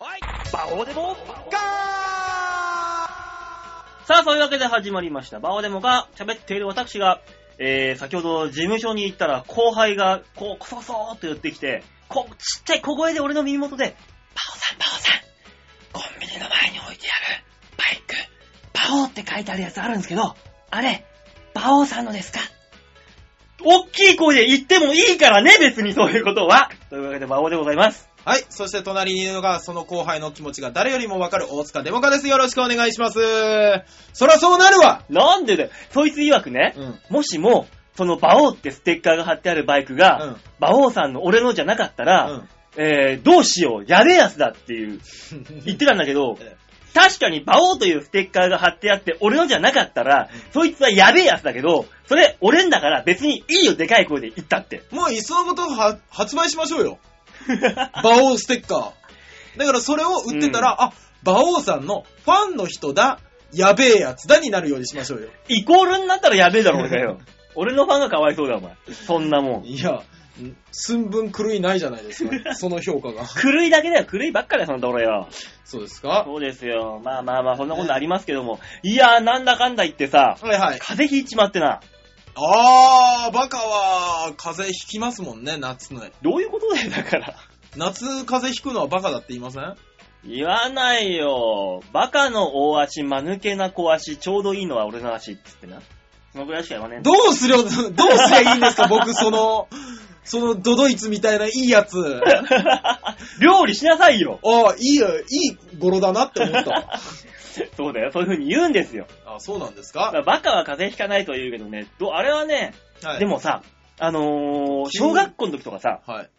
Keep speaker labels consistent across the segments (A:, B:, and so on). A: バオデモガー
B: さあ、そういうわけで始まりました。バオデモが喋っている私が、えー、先ほど事務所に行ったら後輩が、こう、コソコソーって寄ってきて、こう、ちっちゃい小声で俺の耳元で、
A: パオさん、パオさん、コンビニの前に置いてあるバイク、パオって書いてあるやつあるんですけど、あれ、バオさんのですか
B: 大きい声で言ってもいいからね、別にそういうことは。というわけで、バオでございます。
C: はい。そして隣にいるのが、その後輩の気持ちが誰よりもわかる大塚デモカです。よろしくお願いします。そらそうなるわ
B: なんでだよ。そいつ曰くね、
C: うん。
B: もしも、そのバオってステッカーが貼ってあるバイクが、
C: うん
B: 馬王さんの俺のじゃなかったら、
C: うん。
B: えー、どうしよう、やべえやつだっていう、言ってたんだけど
C: ええ、
B: 確かに馬王というステッカーが貼ってあって、俺のじゃなかったら、そいつはやべえやつだけど、それ俺んだから別にいいよ、でかい声で言った って。
C: もういっそのことは発売しましょうよ。馬王ステッカー。だからそれを売ってたら、あ、馬王さんのファンの人だ、やべえやつだになるようにしましょうよ。
B: イコールになったらやべえだろ、俺が よ。俺のファンがかわいそうだ、お前。そんなもん。
C: いや、ん寸分狂いないじゃないです か。その評価が。
B: 狂いだけだよ、狂いばっかりだよ、そのところよ。
C: そうですか
B: そうですよ。まあまあまあ、そんなことありますけども。いやー、なんだかんだ言ってさ、
C: はいはい。
B: 風邪ひいちまってな。
C: あー、バカは、風邪ひきますもんね、夏の。
B: どういうことだよ、だから。
C: 夏風邪ひくのはバカだって言いません
B: 言わないよ。バカの大足、間抜けな小足、ちょうどいいのは俺の足っつってな。そのぐらいしか言わねえんだ
C: どうすりゃ、どうすりゃいいんですか僕、その、そのドドイツみたいないいやつ。
B: 料理しなさいよ。
C: ああ、いいよ、いい語呂だなって思った。
B: そうだよ。そういう風に言うんですよ。
C: あそうなんです
B: だ
C: か、
B: からバカは風邪ひかないとは言うけどね、どあれはね、
C: はい、
B: で。もさ、あのー、
C: 急に
B: 小学校の時とかさ、
C: はい。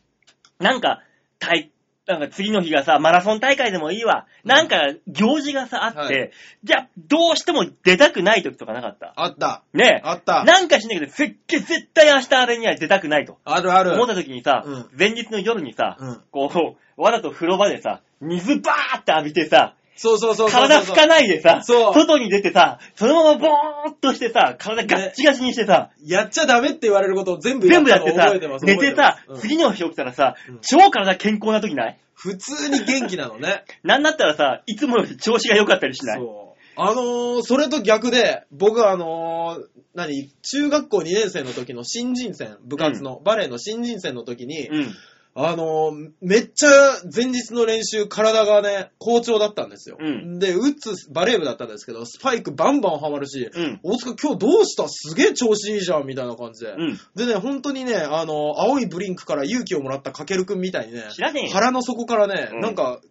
B: なんか、大なんか次の日がさ、マラソン大会でもいいわ。なんか、行事がさ、あって、
C: は
B: じゃあ、どうしても出たくない時とかなかった。
C: あった。
B: ねえ。
C: あった。
B: なんかしないけど、せっけ絶対明日あれには出たくないと。
C: あるある。
B: 思った時にさ、
C: うん
B: 前日の夜にさ、
C: うん。
B: こう、わざと風呂場でさ、水バーって浴びてさ、
C: そうそうそうそうそう。
B: 体拭かないでさ、
C: そう
B: 外に出てさ、そのままボーっとしてさ、体ガッチガチにしてさ、
C: やっちゃダメって言われることを全部
B: 全部や
C: やっ
B: ったて
C: の
B: さ、
C: 覚えてます。
B: 寝てさ、
C: 覚えてますうん
B: 次の日起きたらさ、
C: うん
B: 超体健康な時ない
C: 普通に元気なのね。
B: なんだったらさ、いつもより調子が良かったりしない
C: そう。あのー、それと逆で、僕はあのー、何、中学校2年生の時の新人戦、部活の、バレーの新人戦の時に、
B: うん。
C: あのー、めっちゃ前日の練習、体がね、好調だったんですよ。
B: うん
C: で、打つバレー部だったんですけど、スパイクバンバンはまるし、
B: うん
C: 大塚今日どうしたすげえ調子いいじゃんみたいな感じで。
B: うん。
C: でね、本当にね、あのー、青いブリンクから勇気をもらったかけるくんみたいにね、
B: 知らねえよ
C: 腹の底からね、
B: うん
C: なんか、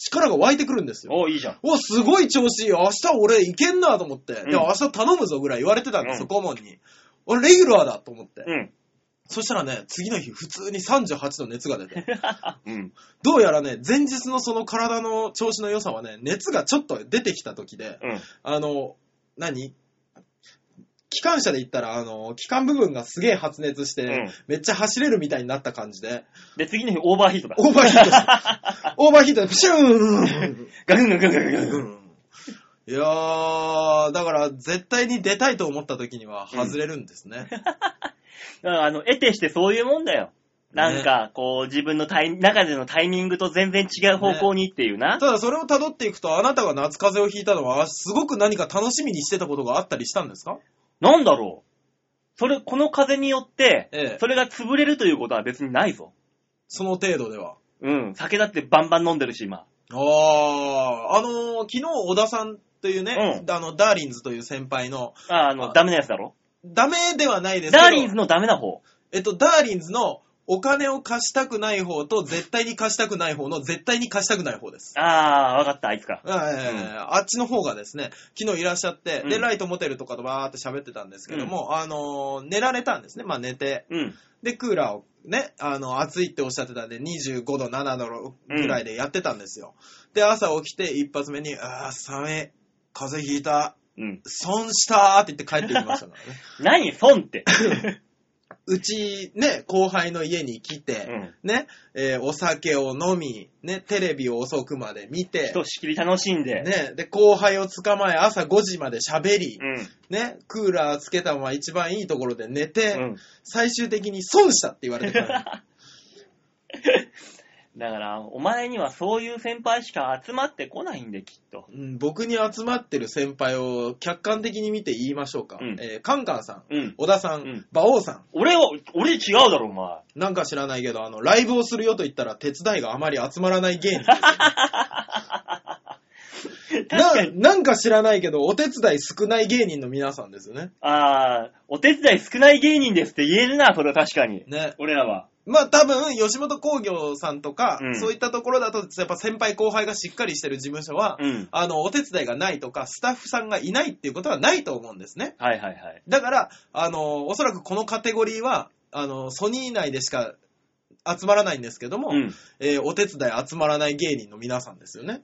C: 力が湧いてくるんですよ。
B: おいいじゃん。
C: お、すごい調子いい。明日俺いけんなと思って。
B: うん
C: で、明日頼むぞぐらい言われてたんです
B: うん
C: よ、顧問に。俺、レギュラーだと思って。
B: うん。
C: そしたらね、次の日、普通に38度熱が出て。
B: うん。
C: どうやらね、前日のその体の調子の良さはね、熱がちょっと出てきた時で、
B: うん。
C: あの、何機関車で言ったら、あの、機関部分がすげえ発熱して、
B: うん
C: めっちゃ走れるみたいになった感じで、
B: で、次の日オーバーヒートだ。
C: オーバーヒート した。オーバーヒートで、プシューン
B: ガクンガクンガクンガクン。
C: いやー、だから絶対に出たいと思った時には外れるんですね。
B: だからあの、得てしてそういうもんだよ。なんか、こう、自分のタイ、中でのタイミングと全然違う方向にっていうな。
C: ただそれを辿っていくと、あなたが夏風邪をひいたのは、すごく何か楽しみにしてたことがあったりしたんですか
B: なんだろう。それ、この風によって、
C: ええ
B: それが潰れるということは別にないぞ。
C: その程度では。
B: うん。酒だってバンバン飲んでるし、今。
C: あー、あのー昨日小田さんというね、あの、ダーリンズという先輩の、
B: ああの、
C: あ
B: ダメなやつだろ。
C: ダメではないですけど、
B: ダーリンズのダメな方。
C: えっと、ダーリンズのお金を貸したくない方と、絶対に貸したくない方の、絶対に貸したくない方です。
B: ああ、わかった、あいつか。
C: ええあっちの方がですね、昨日いらっしゃって、
B: う
C: で、
B: ん
C: ライトモテルとかとバーって喋ってたんですけども、あのー寝られたんですね、まあ寝て。
B: うん。
C: で、クーラーをね、あの、暑いっておっしゃってたんで、25度、7度ぐらいでやってたんですよ。で、朝起きて一発目に、あー、寒い、風邪ひいた、
B: うん。
C: 損したーって言って帰ってきましたから ね。
B: 何、損 って。
C: うち、ね、後輩の家に来て、ね、えーお酒を飲み、ね、テレビを遅くまで見て
B: ひ、としきり楽しんで。
C: ね、で、後輩を捕まえ、朝5時まで喋り、
B: うん。
C: ね、クーラーつけたまま一番いいところで寝て、
B: うん。
C: 最終的に損したって言われてから、
B: だから、お前にはそういう先輩しか集まってこないんで、きっと。
C: うん、僕に集まってる先輩を客観的に見て言いましょうか。
B: うん
C: えーカンカンさ
B: う
C: ん、
B: ん。
C: 小田さん、
B: うん
C: 馬王さ
B: 俺を、俺違うだろ、お前。
C: ん、なんか知らないけど、あの、ライブをするよと言ったら手伝いがあまり集まらない芸人。
B: 確
C: な
B: かに。
C: なんか知らないけど、お手伝い少ない芸人の皆さんですよね。
B: ああ、お手伝い少ない芸人ですって言えるな、それは確かに。
C: ね。
B: 俺らは。
C: まあ多分、吉本興業さんとか、
B: うん
C: そういったところだと、やっぱ先輩後輩がしっかりしてる事務所は、
B: うん。
C: あの、お手伝いがないとか、スタッフさんがいないっていうことはないと思うんですね。
B: はいはいはい。
C: だから、あの、おそらくこのカテゴリーは、あの、ソニー内でしか集まらないんですけども、
B: うん。
C: えーお手伝い集まらない芸人の皆さんですよね。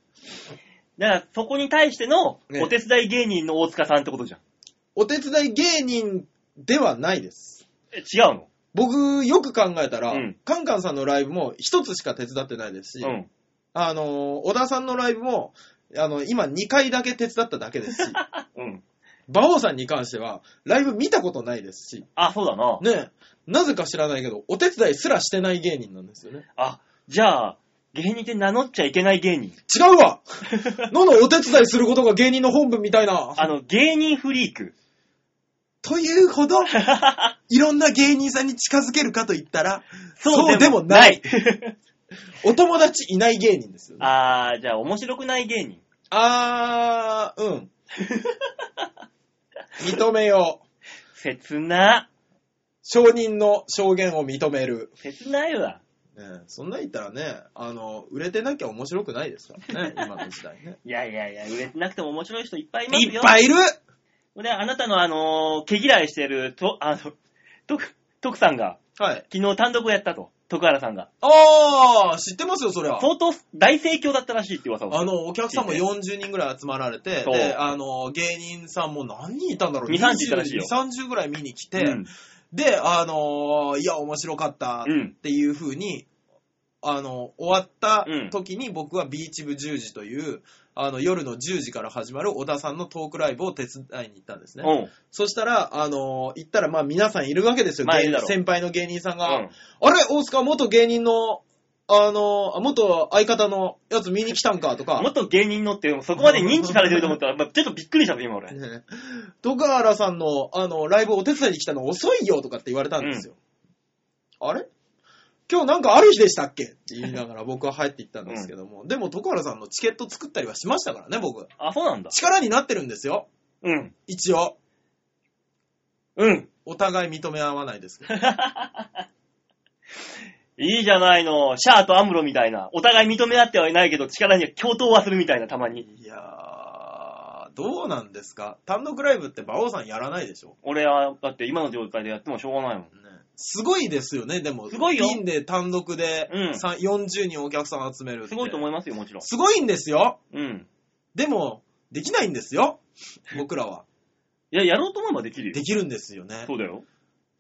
B: だから、そこに対しての
C: ね
B: お手伝い芸人の大塚さんってことじゃん。
C: お手伝い芸人ではないです。
B: え違うの
C: 僕、よく考えたら、
B: うん
C: カンカンさんのライブも一つしか手伝ってないですし、
B: うん。
C: あの、小田さんのライブも、あの、今2回だけ手伝っただけです し、
B: うん。
C: 馬王さんに関しては、ライブ見たことないですし、
B: あ、そうだな。
C: ね、なぜか知らないけど、お手伝いすらしてない芸人なんですよね。
B: あ、じゃあ、芸人って名乗っちゃいけない芸人。
C: 違うわなんだお手伝いすることが芸人の本分みたいな。
B: あの、芸人フリーク。
C: というほど、 いろんな芸人さんに近づけるかと言ったら、
B: そうでもない。
C: お友達いない芸人ですよ ね。
B: あー、じゃあ面白くない芸人。
C: あー、 うん。認めよう。
B: 切な。
C: 証人の証言を認める。
B: 切ないわ。
C: ねえ、そんな言ったらね、あの、売れてなきゃ面白くないですから ね、今の時代ね。
B: いやいやいや、売れてなくても面白い人いっぱいいますよ。
C: いっぱいいる
B: で、あなたのあのー毛嫌いしてる、と、あの、徳、徳さんが、
C: はい。
B: 昨日単独をやったと。徳原さんが。
C: あー、知ってますよ、そりゃ。
B: 相当大盛況だったらしいって噂を。
C: あの、お客さんも40人ぐらい集まられて、
B: そう
C: で、あの、芸人さんも何人いたんだろう
B: 2 30いたらしいよ
C: 20 30ぐらい見に来て、
B: うん。
C: で、あの、いや、面白かった
B: う
C: っ
B: ん。
C: ていう風に、あの、終わった
B: うん
C: 時に僕はビーチ部10時という、あの、夜の10時から始まる小田さんのトークライブを手伝いに行ったんですね。
B: うん。
C: そしたら、あの、行ったら、まあ皆さんいるわけですよ、
B: まあ
C: 芸
B: いるだろう
C: 先輩の芸人さんが。
B: うん
C: あれ大塚元芸人の、あの、元相方のやつ見に来たんかとか。
B: 元芸人のって、そこまで認知されてると思ったら、まあちょっとびっくりしたぞ、今俺。
C: ね徳原さんの、あの、ライブお手伝いに来たの遅いよとかって言われたんですよ。あれ今日なんかある日でしたっけって言いながら僕は入っていったんですけども、でも徳原さんのチケット作ったりはしましたからね、僕。
B: あ、そうなんだ。
C: 力になってるんですよ。
B: うん。
C: 一応。
B: うん。
C: お互い認め合わないですけど。
B: いいじゃないの。シャアとアムロみたいな。お互い認め合ってはいないけど、力には共闘はするみたいな、たまに。
C: いやー、どうなんですか単独ライブって馬王さんやらないでしょ、
B: 俺は、だって今の状態でやってもしょうがないもん。
C: ね、すごいですよね、でも。
B: すごいよ
C: ピンで単独で、
B: うん
C: さん40人お客さん集めるって。
B: すごいと思いますよ、もちろん。
C: すごいんですよ
B: うん。
C: でも、できないんですよ。僕らは。
B: いや、やろうと思えばできるよ
C: で。きるんですよね
B: そ。うだよ。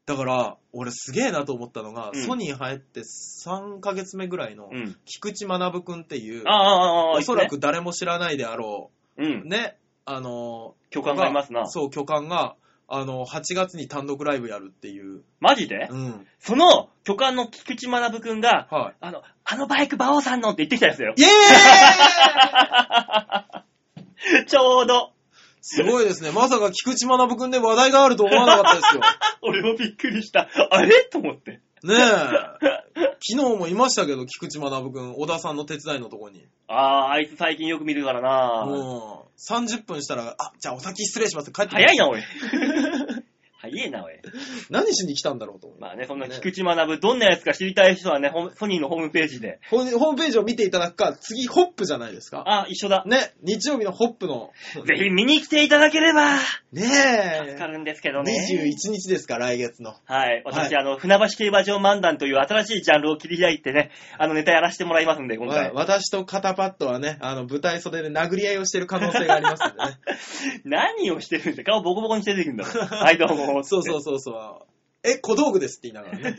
C: だから、俺すげえなと思ったのが、
B: うん
C: ソニー入って3ヶ月目ぐらいの
B: う、ん。
C: 菊池学くんっていう、
B: ああ、ああ、ああ、
C: おそらく誰も知らないであろ
B: いいね。う
C: う、
B: ん。
C: ね、あの、
B: 巨漢がいますな。
C: そう、巨漢が、あの、8月に単独ライブやるっていう。
B: マジで
C: うん。
B: その、巨漢の菊池学くんが、
C: は
B: あの、あのバイク馬王さんのって言ってきたやつだよ
C: い。。イエーイ
B: ちょうど。
C: すごいですね。まさか菊池学くんで話題があると思わなかったですよ。
B: 俺もびっくりした。あれと思って。
C: ねえ。昨日もいましたけど、菊池学くん、小田さんの手伝いのとこに。
B: ああー、あいつ最近よく見るからな。
C: もう、30分したら、あ、じゃあお先失礼します。帰ってきます
B: 早いな、 おい。早いな、おい。
C: 何しに来たんだろうと思う、
B: まあね、そんな菊池学ぶ、どんなやつか知りたい人はね、ホームソニーのホームページで。
C: ホームホームページを見ていただくか、次、ホップじゃないですか。
B: あ、一緒だ。
C: ね、日曜日のホップの、
B: ぜひ見に来ていただければ、
C: ね
B: 助か
C: え、
B: るんですけどね。
C: 21日ですか、来月の。
B: はい。私、
C: は
B: あの、船橋競馬場漫談という新しいジャンルを切り開いてね、あの、ネタやらせてもらいますんで、今
C: わ
B: 回。
C: 私と肩パッドはね、あの、舞台袖で殴り合いをしてる可能性がありますんでね。
B: 何をしてるんですか顔ボコボコにしてるんだろ。 はい、どうも。。
C: そうそううそうそう。え、小道具ですって言いながらね。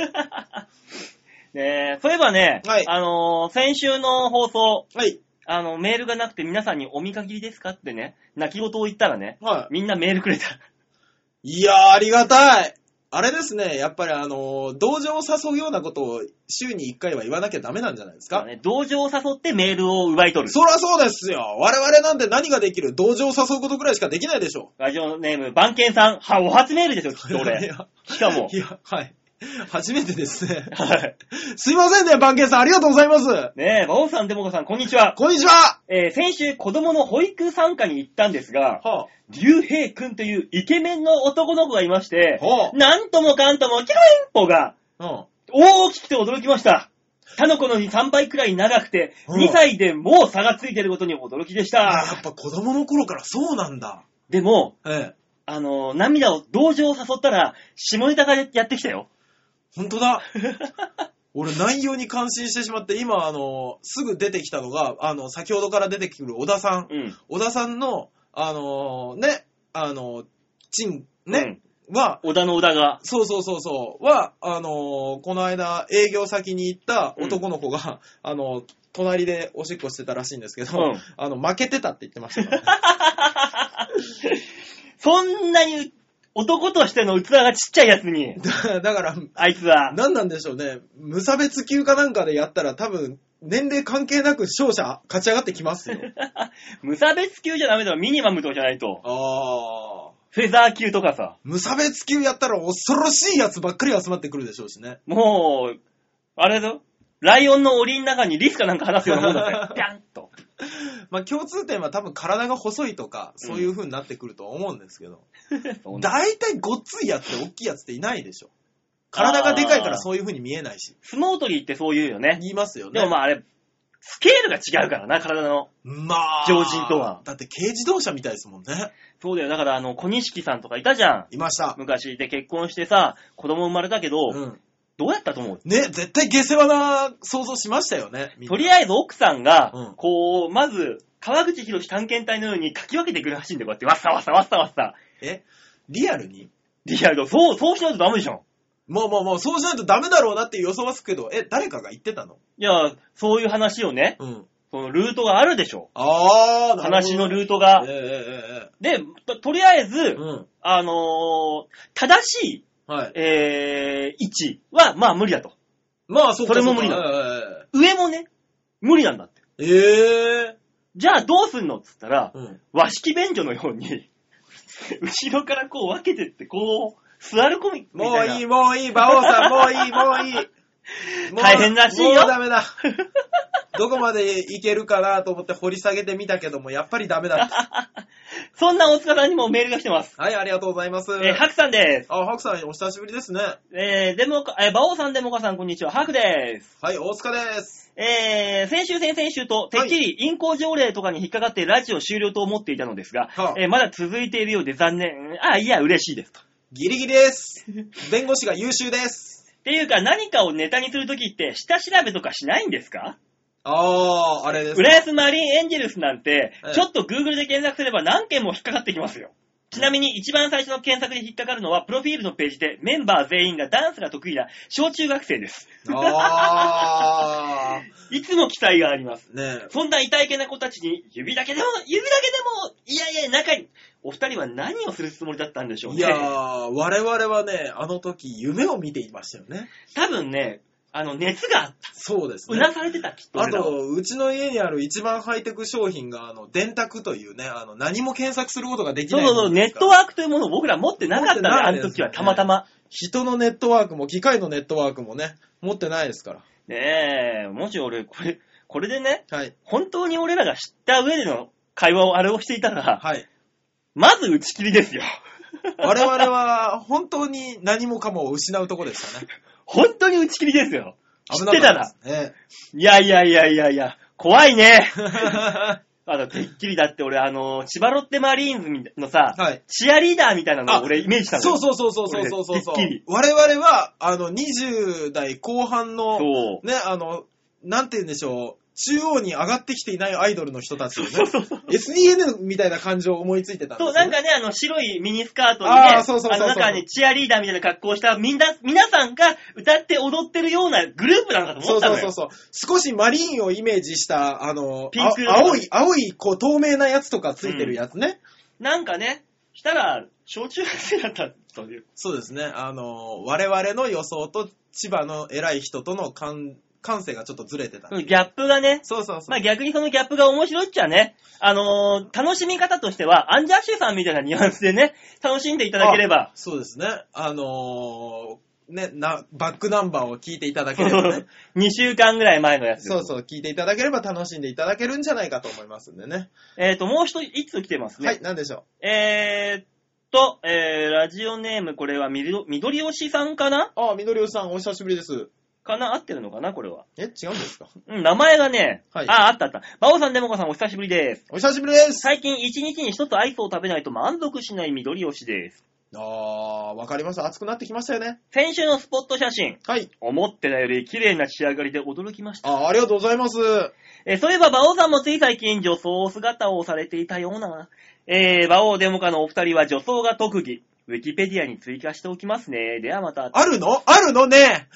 B: ねえそういえばね、
C: はい
B: あのー先週の放送、
C: はい、
B: あの、メールがなくて皆さんにお見限りですかってね、泣き言を言ったらね、
C: は
B: みんなメールくれた。
C: い。いやー、ありがたい。あれですね、やっぱりあの、同情を誘うようなことを週に1回は言わなきゃダメなんじゃないです
B: そう
C: か
B: ね、同情を誘ってメールを奪い取る。
C: そらそうですよ我々なんて何ができる同情を誘うことぐらいしかできないでしょ
B: ラジオネーム、番犬さん、は、お初メールですよ、きっと
C: う。い
B: 俺。
C: や、
B: しかも
C: い。や、はい。初めてですね。
B: はい。
C: すいませんね、番犬さん、ありがとうございます。
B: ねえ、馬王さん、デモカさん、こんにちは。
C: こんにちは
B: えー先週、子供の保育参加に行ったんですが、
C: は
B: 竜兵くんというイケメンの男の子がいまして、
C: はあ
B: なんともかんとも、キャンポが
C: あ、
B: 大きくて驚きました。他の子のに3倍くらい長くて、
C: うん
B: 2歳でもう差がついてることに驚きでし
C: うん。や
B: た
C: っ。ぱ子供の頃からそうなんだ。
B: でも、
C: ええ。
B: あの、涙を同情を誘ったら、下ネタがやってきたよ。
C: 本当だ。俺、内容に感心してしまって、今、あの、すぐ出てきたのが、あの、先ほどから出てくる小田さん。
B: うん。
C: 小田さんの、あのね、あのチン、ね、は、
B: うん。小田の小田が。
C: そうそうそうそう、は、あのこの間、営業先に行った男の子が、 あの隣でおしっこしてたらしいんですけど、
B: うん
C: あの、負けてたって言ってましたからね、
B: そんなに男としての器がちっちゃいやつに、
C: だ だから、
B: あいつは。
C: 何なんでしょうね、無差別級かなんかでやったら、多分、年齢関係なく勝者、勝ち上がってきますよ。
B: 無差別級じゃダメだろ、ミニマムとかじゃないと。
C: あー。
B: フェザー級とかさ。
C: 無差別級やったら恐ろしいやつばっかり集まってくるでしょうしね。
B: もう、あれだよ。ライオンの檻の中にリスかなんか話すようなもんだっ て。ぴゃんと。
C: まあ、共通点は多分体が細いとか、そういう風になってくると思うんですけど、大体ごっついやつって大きいやつっていないでしょ。体がでかいからそういう風に見えないし。
B: 相撲取りってそう言うよね。
C: 言いますよね。
B: でもまああれ、スケールが違うからな、体の。
C: まあ、
B: 常人とは
C: だって軽自動車みたいですもんね。
B: そうだよ。だからあの、小錦さんとかいたじゃん。
C: いました。
B: 昔で結婚してさ、子供生まれたけど、
C: うん。
B: どうやったと思う
C: ね、絶対下世話な想像しましたよね。みんな
B: とりあえず奥さんが、
C: うん
B: こう、まず、川口博士探検隊のように書き分けていくらしいんだよ、こうやって。わっさわっさわっさわっさ。
C: えリアルに
B: リアル、そう、そうしないとダメじゃん。
C: もうもうもう、そうしないとダメだろうなっていう予想はつくけど、え、誰かが言ってたの
B: いや、そういう話をね、
C: うん。
B: そのルートがあるでしょ。
C: あー、なるほど
B: 話のルートが。
C: えええええ
B: で、ととりあえず
C: え、うん。
B: あのー正しい、
C: はい。
B: えー、位置は、まあ無理だと。
C: まあ、そうか
B: それも
C: うか
B: 無理だ
C: ええ
B: 上もね、無理なんだって。
C: ええ
B: じゃあどうすんのっつったら、
C: うん。
B: 和式便所のように、 後ろからこう分けてって、こう、座る込み、み
C: も
B: た
C: う
B: いな。
C: いい、もういい、馬王さん、もういい、もうい い。もう
B: 大変らしいよ
C: もうダメだ。どこまでいけるかなと思って掘り下げてみたけども、やっぱりダメだ。
B: そんな大塚さんにもメールが来てます。
C: はい、ありがとうございます。
B: えー、ハクさんです。
C: あ、ハクさん、お久しぶりですね。
B: えー、デモカ、えー、馬王さん、デモカさん、こんにちは。ハクです。
C: はい、大塚です。
B: えー、先週、先々週と、てっきり、陰行条例とかに引っかかって、ラジオ終了と思っていたのですが、
C: はあ
B: えーまだ続いているようで残念。あ、いや、嬉しいですと。
C: ギリギリです。弁護士が優秀です。
B: っていうか、何かをネタにするときって、下調べとかしないんですか
C: あー、あれです。
B: 浦安マリンエンジェルスなんて
C: ええ、
B: ちょっと Google で検索すれば何件も引っかかってきますよ。ちなみに一番最初の検索で引っかかるのは、プロフィールのページでメンバー全員がダンスが得意な小中学生です。
C: あ
B: いつも記載があります。
C: ー。ねえ。
B: そんな痛いけな子たちに、指だけでも、指だけでも、いやいや、中に、お二人は何をするつもりだったんでしょう
C: い
B: ね
C: や。ー、我々はね、あの時夢を見ていましたよね。
B: 多分ね、あの、熱が、
C: そうです
B: う
C: ね。
B: なされてた、きっと。
C: あ、と、うちの家にある一番ハイテク商品が、あの、電卓というね、あの、何も検索することができ
B: そ
C: な
B: う
C: い。
B: そうそう、ネット
C: ーク。
B: ワークというものを僕ら持ってなかったね、
C: 持ってない
B: あの
C: ですね
B: 時は、たまたま。
C: 人のネットワークも、機械のネットワークもね、持ってないですか
B: ねえ、もし俺、これ、これでね、
C: ら。はい。
B: 本当に俺らが知った上での会話をあれをしていたら、
C: はい。
B: まず打ち切りですよ。
C: 我々は、本当に何もかもを失うとこでしたね。
B: 本当に打ち切りですよ。知
C: 危
B: っ
C: な
B: て
C: か
B: た
C: っ
B: ら。
C: たですね。
B: いやいやいやいやいや、怖いね。あの、てっきりだって俺、あの、千葉ロッテマリーンズみたいのさ、
C: はい。
B: チアリーダーみたいなの
C: あ
B: を俺イメージしたの
C: そう
B: よ。
C: そうそうそうそうそうそ うそう
B: これてっきり。
C: 我々は、あの、20代後半の、
B: そう。
C: ね、あの、なんて言うんでしょう、中央に上がってきていないアイドルの人た ちをね、SDN みたいな感情を思いついてたん
B: そ
C: ですよ
B: う、なんかね、あの、白いミニスカートにね、
C: あーそうそうそうそう
B: あの中にチアリーダーみたいな格好をした、みんな、皆さんが歌って踊ってるようなグループなのかと
C: そ
B: 思
C: う
B: った
C: そう
B: の
C: そう
B: よ。
C: そう。少しマリンをイメージした、あの、
B: ピンク色
C: あ
B: の
C: 青い、青い、こう、透明なやつとかついてるやつね。
B: なんかね、したら、小中学生だったという。
C: そうですね。あの、我々の予想と千葉の偉い人との感、感性がちょっとずれてた。
B: ギャップがね、
C: そうそうそう。
B: まあ逆にそのギャップが面白いっちゃね、あのー楽しみ方としては、アンジャッシュさんみたいなニュアンスでね、楽しんでいただければ、
C: そうですね。あのーね、な、バックナンバーを聞いていただければね。
B: 2週間ぐらい前のやつ。
C: そうそう、聞いていただければ楽しんでいただけるんじゃないかと思いますんでね。
B: えっ、と、もう一人、一通来てますね。
C: はい、なんでしょ
B: えーっと、えー、ラジオネーム、これはみど、みどりおしさんかな
C: う。ああ、みのりおさん、お久しぶりです。
B: かな合ってるのかなこれは。
C: え、違うんですか
B: うん、名前がね、
C: はい
B: あ、あったあった。バオさん、デモカさん、お久しぶりです。
C: お久しぶりです。
B: 最近一日に一つアイスを食べないと満足しないみどりおしです。
C: ああ、わかりました。暑くなってきましたよね。
B: 先週のスポット写真、
C: はい。
B: 思ってたより綺麗な仕上がりで驚きました。
C: ああ、ありがとうございます。
B: えーそういえば、馬王さんもつい最近女装姿をされていたような。えー、馬王デモカのお二人は女装が特技。ウィキペディアに追加しておきますね。ではまた。
C: あるのあるのね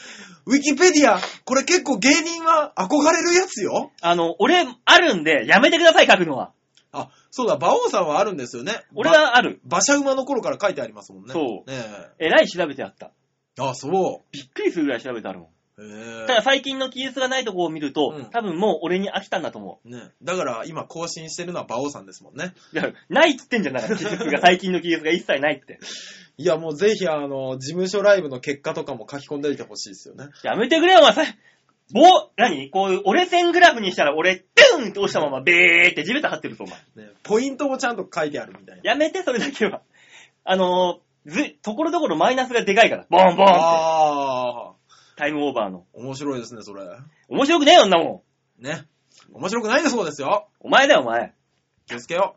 C: ウィキペディア、これ結構芸人は憧れるやつよ。
B: あの、俺、あるんで、やめてください、書くのは。
C: あ、そうだ、馬王さんはあるんですよね。
B: 俺はある。
C: 馬車馬の頃から書いてありますもんね。
B: そう
C: ね
B: えらい調べてあった。
C: え。あ、そ
B: びっくりするぐらい調べてあるもん。
C: う。へ
B: ただ最近の記述がないとこを見ると、
C: うん
B: 多分もう俺に飽きたんだと思
C: え。ねえだから今更新してるのは馬王さんですもんね。
B: う。いや、ないっつってんじゃない記述が、 最近の記述が一切ないって。
C: いや、もうぜひあの、事務所ライブの結果とかも書き込んでおいてほしいですよね。
B: やめてくれよ、お前さ。棒、何こういう折れ線グラフにしたら俺、ドゥンって押したまま、ベーって地べた張ってるぞ、お前。
C: ねえポイントもちゃんと書いてあるみたいな。
B: やめて、それだけは。あのー、ず、ところどころマイナスがでかいから。ボンボンって。
C: ああ、
B: タイムオーバーの。
C: 面白いですね、それ。
B: 面白くねえよ、んなもん。
C: ね。面白くないそうですよ。
B: お前だよ、お前。
C: 気をつけよ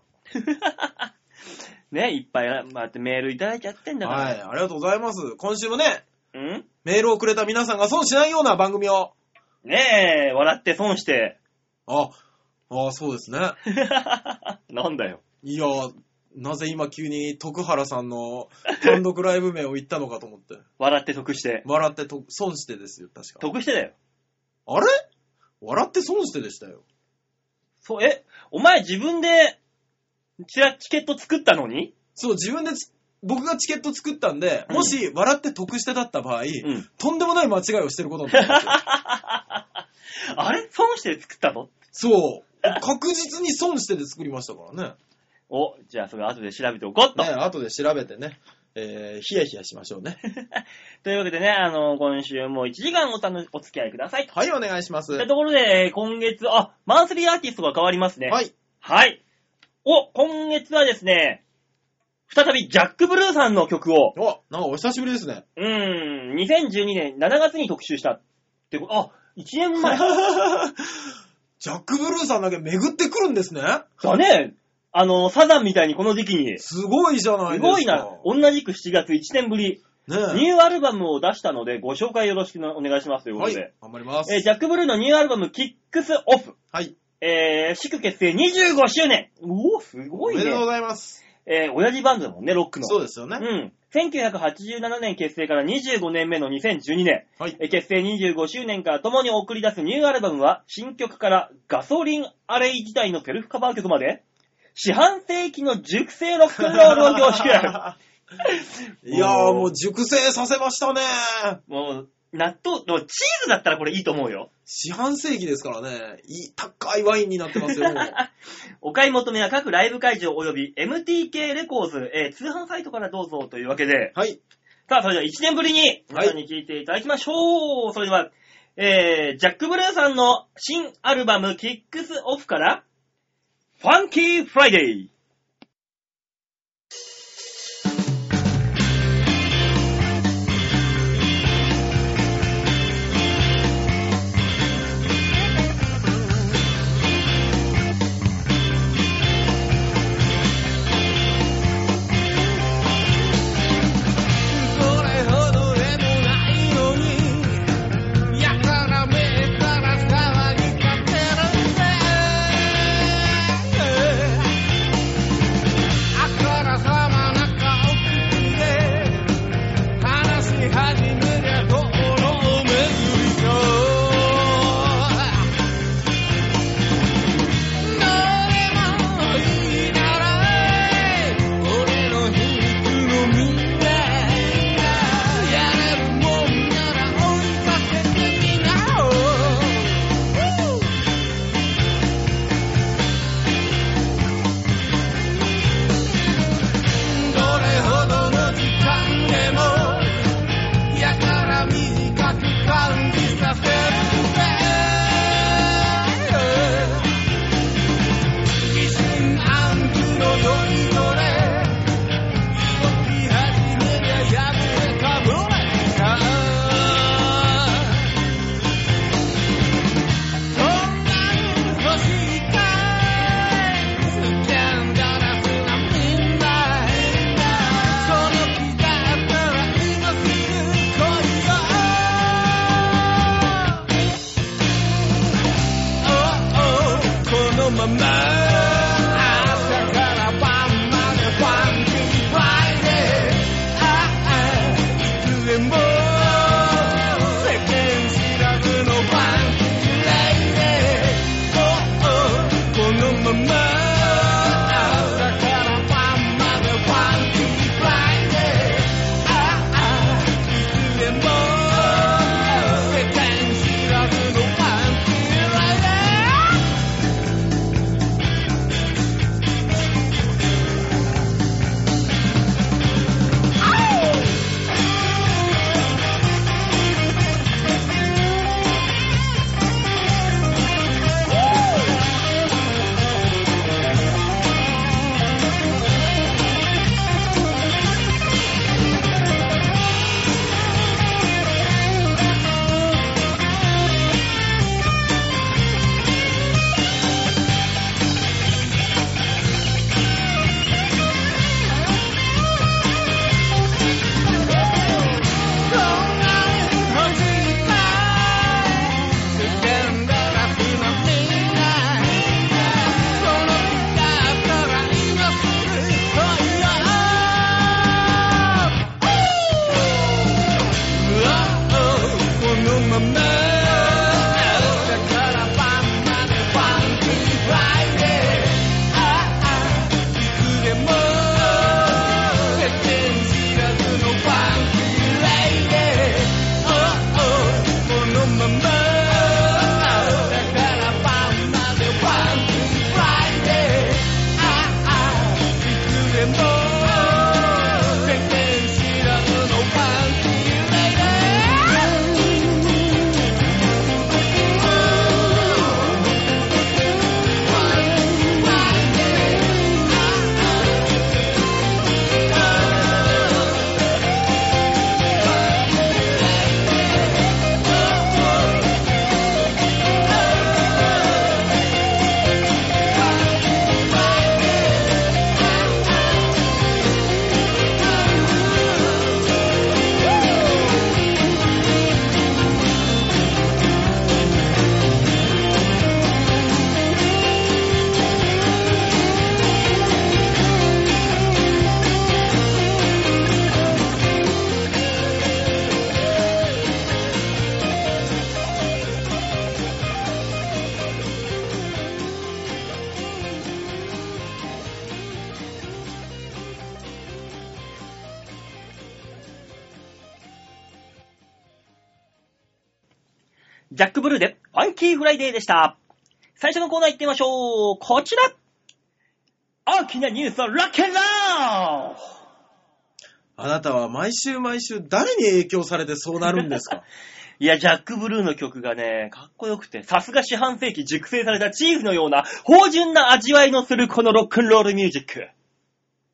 B: ね、いっぱい、まあ、ってメールいただいちゃってん
C: う。
B: だから。
C: はい、ありがとうございます。今週もね、
B: うん
C: メールをくれた皆さんが損しないような番組を。
B: ねえ、笑って損して。
C: あ、ああ、そうですね。
B: なんだよ。
C: いや、なぜ今急に徳原さんの単独ライブ名を言ったのかと思って。
B: 笑って得して。
C: 笑ってと損してですよ、確か。
B: 得してだよ。
C: あれ笑って損してでしたよ。
B: そう、え、お前自分で、チラチケット作ったのに
C: そう、自分でつ、僕がチケット作ったんで、
B: うん
C: もし、笑って得してだった場合、
B: うん。
C: とんでもない間違いをしてることになるんですよ。
B: あれ損して作ったの
C: そう。確実に損してで作りましたからね。
B: お、じゃあそれ後で調べておこうっと。
C: ね、後で調べてね、えー、ヒヤヒヤしましょうね。
B: というわけでね、あの、今週も1時間おたのお付き合いください。と
C: はい、お願いします。
B: いった
C: は
B: ところで、えー今月、あ、マンスリーアーティストが変わりますね。い。
C: い。
B: はい。お、今月はですね、再びジャック・ブルーさんの曲を、
C: お、なんかお久しぶりですね。
B: うーん、2012年7月に特集したってこと、あ、1年前
C: ジャック・ブルーさんだけ巡ってくるんですね。
B: だね。あの、サザンみたいにこの時期に。す
C: すごいじゃないですか。
B: ごいな。同じく7月1年ぶり、ニ
C: ね
B: ューアルバムを出したので、ご紹介よろしくお願いしますとい
C: え。
B: うこ
C: は
B: とで
C: い。。頑張ります。
B: えージャック・ブルーのニューアルバム、キックス・オフ。
C: はい。
B: えー、祝結成25周年。うお、す
C: お
B: ごい
C: めでとうご
B: ね。
C: ざいます。
B: えー、親父バンドだもんね、ロックの。
C: そうですよね。
B: うん。1987年結成から25年目の2012年、
C: はい。
B: えー結成25周年から共に送り出すニューアルバムは、新曲からガソリンアレイ自体のセルフカバー曲まで、四半世紀の熟成ロックンロールを凝 縮。
C: いやーもう熟成させましたね。
B: もう、納豆、でもチーズだったらこれいいと思うよ。
C: 四半世紀ですからね。いい、高いワインになってますよ。
B: お買い求めは各ライブ会場及び MTK レコーズ、えー通販サイトからどうぞというわけで、
C: はい。
B: さあ、それでは1年ぶりに皆さんに聴いていただきましょう。それでは、えー、ジャック・ブルーさんの新アルバム、キックス・オフから、ファンキー・フライデー。
D: それほどでもないのにやたらめったら騒ぎ立てるんだが短く感じさせる疑心暗鬼の酔いどれ動き始めりゃやぶれかぶれかそんなに欲しいかいスキャンダラスなみんなその気だったら今すぐ来いよ Oh, oh このまま朝から晩までファンキーフライデーああいつでも世間知らずのファンキーライデー Oh, oh このまま朝から晩までファンキーフライデーああいつでも世間知らずのファンキーライデーそんなに欲しいかい世間だらすなみんなその気だったら今すぐ来いよ Oh, oh このまま朝から晩までファンキーフライデーああいつでも世間知らずのファンキーフライデーああいつでも世間知らずのファンキーフライデー Oh, oh このまま朝から晩までファンキーフライデーああいつでも世間知らずのファンキーフライデーこのまま朝から晩までファンキーフライデーああいつでも世間知らずのファンキーフライデーファンキーフライデー
B: ジャック・ブルーで、ファンキー・フライデーでした。最初のコーナー行ってみましょう。こちら大きなニュースをロックンロール
C: あなたは毎週毎週誰に影響されてそうなるんです か
B: いや、ジャック・ブルーの曲がね、かっこよくて、さすが四半世紀熟成されたチーフのような、芳醇な味わいのするこのロックンロールミュージック。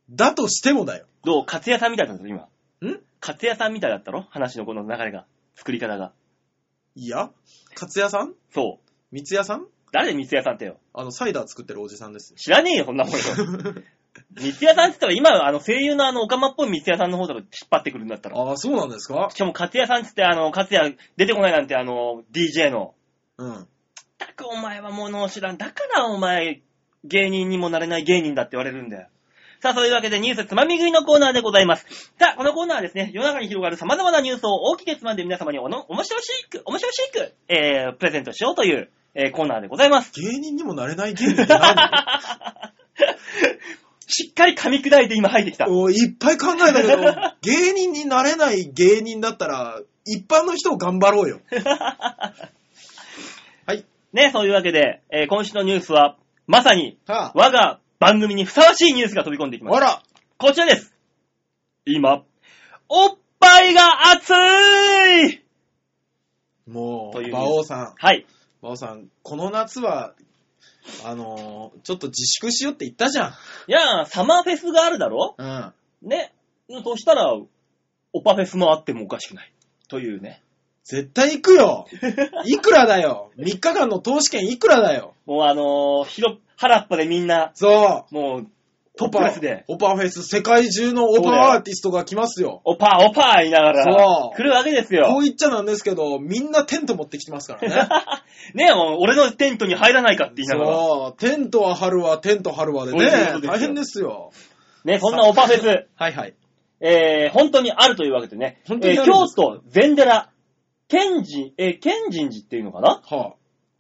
C: だとしてもだよ。
B: どうカツヤさんみたいだったぞ、今。
C: ん
B: カツヤさんみたいだったろ話のこの流れが。作り方が。
C: いや、カツヤさん
B: そう。
C: 三ツ矢さん
B: 誰三ツ矢さんってよ。
C: あの、サイダー作ってるおじさんですよ。
B: 知らねえよ、そんなもんよ。 三ツ矢さんって言ったら、今、あの、声優のあの、オカマっぽい三ツ矢さんの方だろ、引っ張ってくるんだったら。
C: ああ、そうなんですか
B: しかも、カツヤさんってって、あの、カツヤ出てこないなんて、あの、DJ の。
C: うん。
B: ったくお前は物を知らん。だからお前、芸人にもなれない芸人だって言われるんだよ。さあ、そういうわけでニュースつまみ食いのコーナーでございます。さあ、このコーナーはですね、世の中に広がる様々なニュースを大きくつまんで皆様におの面白しく、面白しく、えー、プレゼントしようという、えー、コーナーでございます。
C: 芸人にもなれない芸人って 何
B: しっかり噛み砕いて今入ってきた。
C: おいっぱい考えたけど、芸人になれない芸人だったら、一般の人を頑張ろうよ。はい。
B: ね、そういうわけで、えー、今週のニュースは、まさに、
C: はあ、
B: 我が番組にふさわしいニュースが飛び込んできま
C: あ
B: す。
C: ら、
B: こちらです。今、おっぱいが熱い
C: 馬王さん。
B: はい。
C: 馬王さん、この夏は、あのーちょっと自粛しようって言ったじゃん。
B: いやー、サマーフェスがあるだろ
C: うん。
B: ね。そしたら、オパフェスもあってもおかしくない。というね。
C: 絶対行 くよいくらだよ !3 日間の投資券いくらだよ
B: もうあのー、広、原っぱでみんな、
C: そう
B: もう、ト
C: オ
B: ップ
C: パ
B: レスで、
C: オパフェス、世界中のオパアーティストが来ますよ。
B: オパー、オパー言いながら
C: そ、う
B: 来るわけです
C: こ
B: よ
C: う。言っちゃなんですけど、みんなテント持ってきてますからね。
B: ねもう、俺のテントに入らないかって言いながら。
C: そう、テントは春はテント春はで
B: そういうことで
C: ね、
B: すよ
C: 大変ですよ。
B: ね、そんなオパフェス、
C: はいはい。
B: えー、本当にあるというわけでね。
C: 本当にあ
B: えー
C: るんで
B: 京
C: す
B: 都、禅寺、賢人、えー、賢人寺っていうのかな
C: は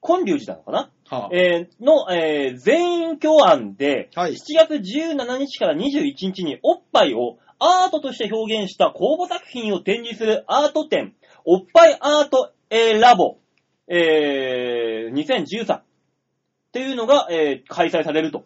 B: 建隆寺なのかな
C: あ、はあ、
B: えーの、えー全員共案で、
C: はい
B: 7月17日から21日におっぱいをアートとして表現した公募作品を展示するアート展、おっぱいアート、えーラボ、えー2013っていうのが、えー開催されると。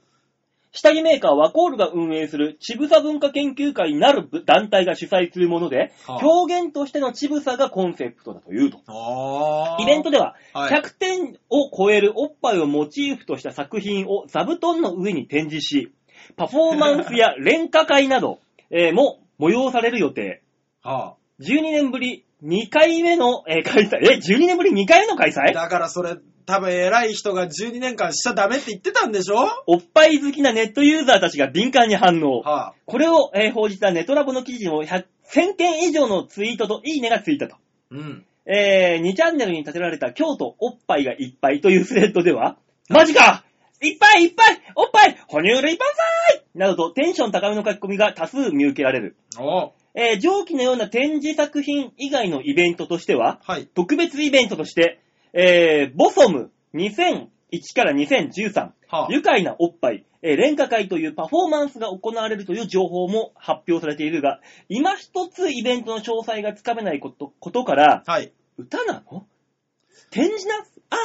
B: 下着メーカーワコールが運営するちぶさ文化研究会なる部団体が主催するもので、
C: はあ
B: 表現としてのちぶさがコンセプトだというと。
C: あー
B: イベントでは、
C: はい
B: 100点を超えるおっぱいをモチーフとした作品を座布団の上に展示し、パフォーマンスや連歌会など、えーも催される予定。
C: は
B: 12年ぶり2回目の、えー開催。え、12年ぶり2回目の開
C: あ、
B: 催
C: だからそれ、多分偉い人が12年間しちゃダメって言ってたんでしょは
B: おっぱい好きなネットユーザーたちが敏感に反応。
C: あ、
B: これを、えー報じたネトラボの記事を100 1000件以上のツイートといいねがついたと。
C: うん。
B: えー、2チャンネルに立てられた京都おっぱいがいっぱいというスレッドでは、マジかいっぱいいっぱいおっぱい哺乳類万歳などとテンション高めの書き込みが多数見受けられる。
C: お
B: えー、上記のような展示作品以外のイベントとしては、
C: はい。
B: 特別イベントとして、えー、ボソム2001から2013、
C: はあ
B: 愉快なおっぱい、えー、連歌会というパフォーマンスが行われるという情報も発表されているが、今一つイベントの詳細がつかめないことことから、
C: はい。
B: 歌なの展示な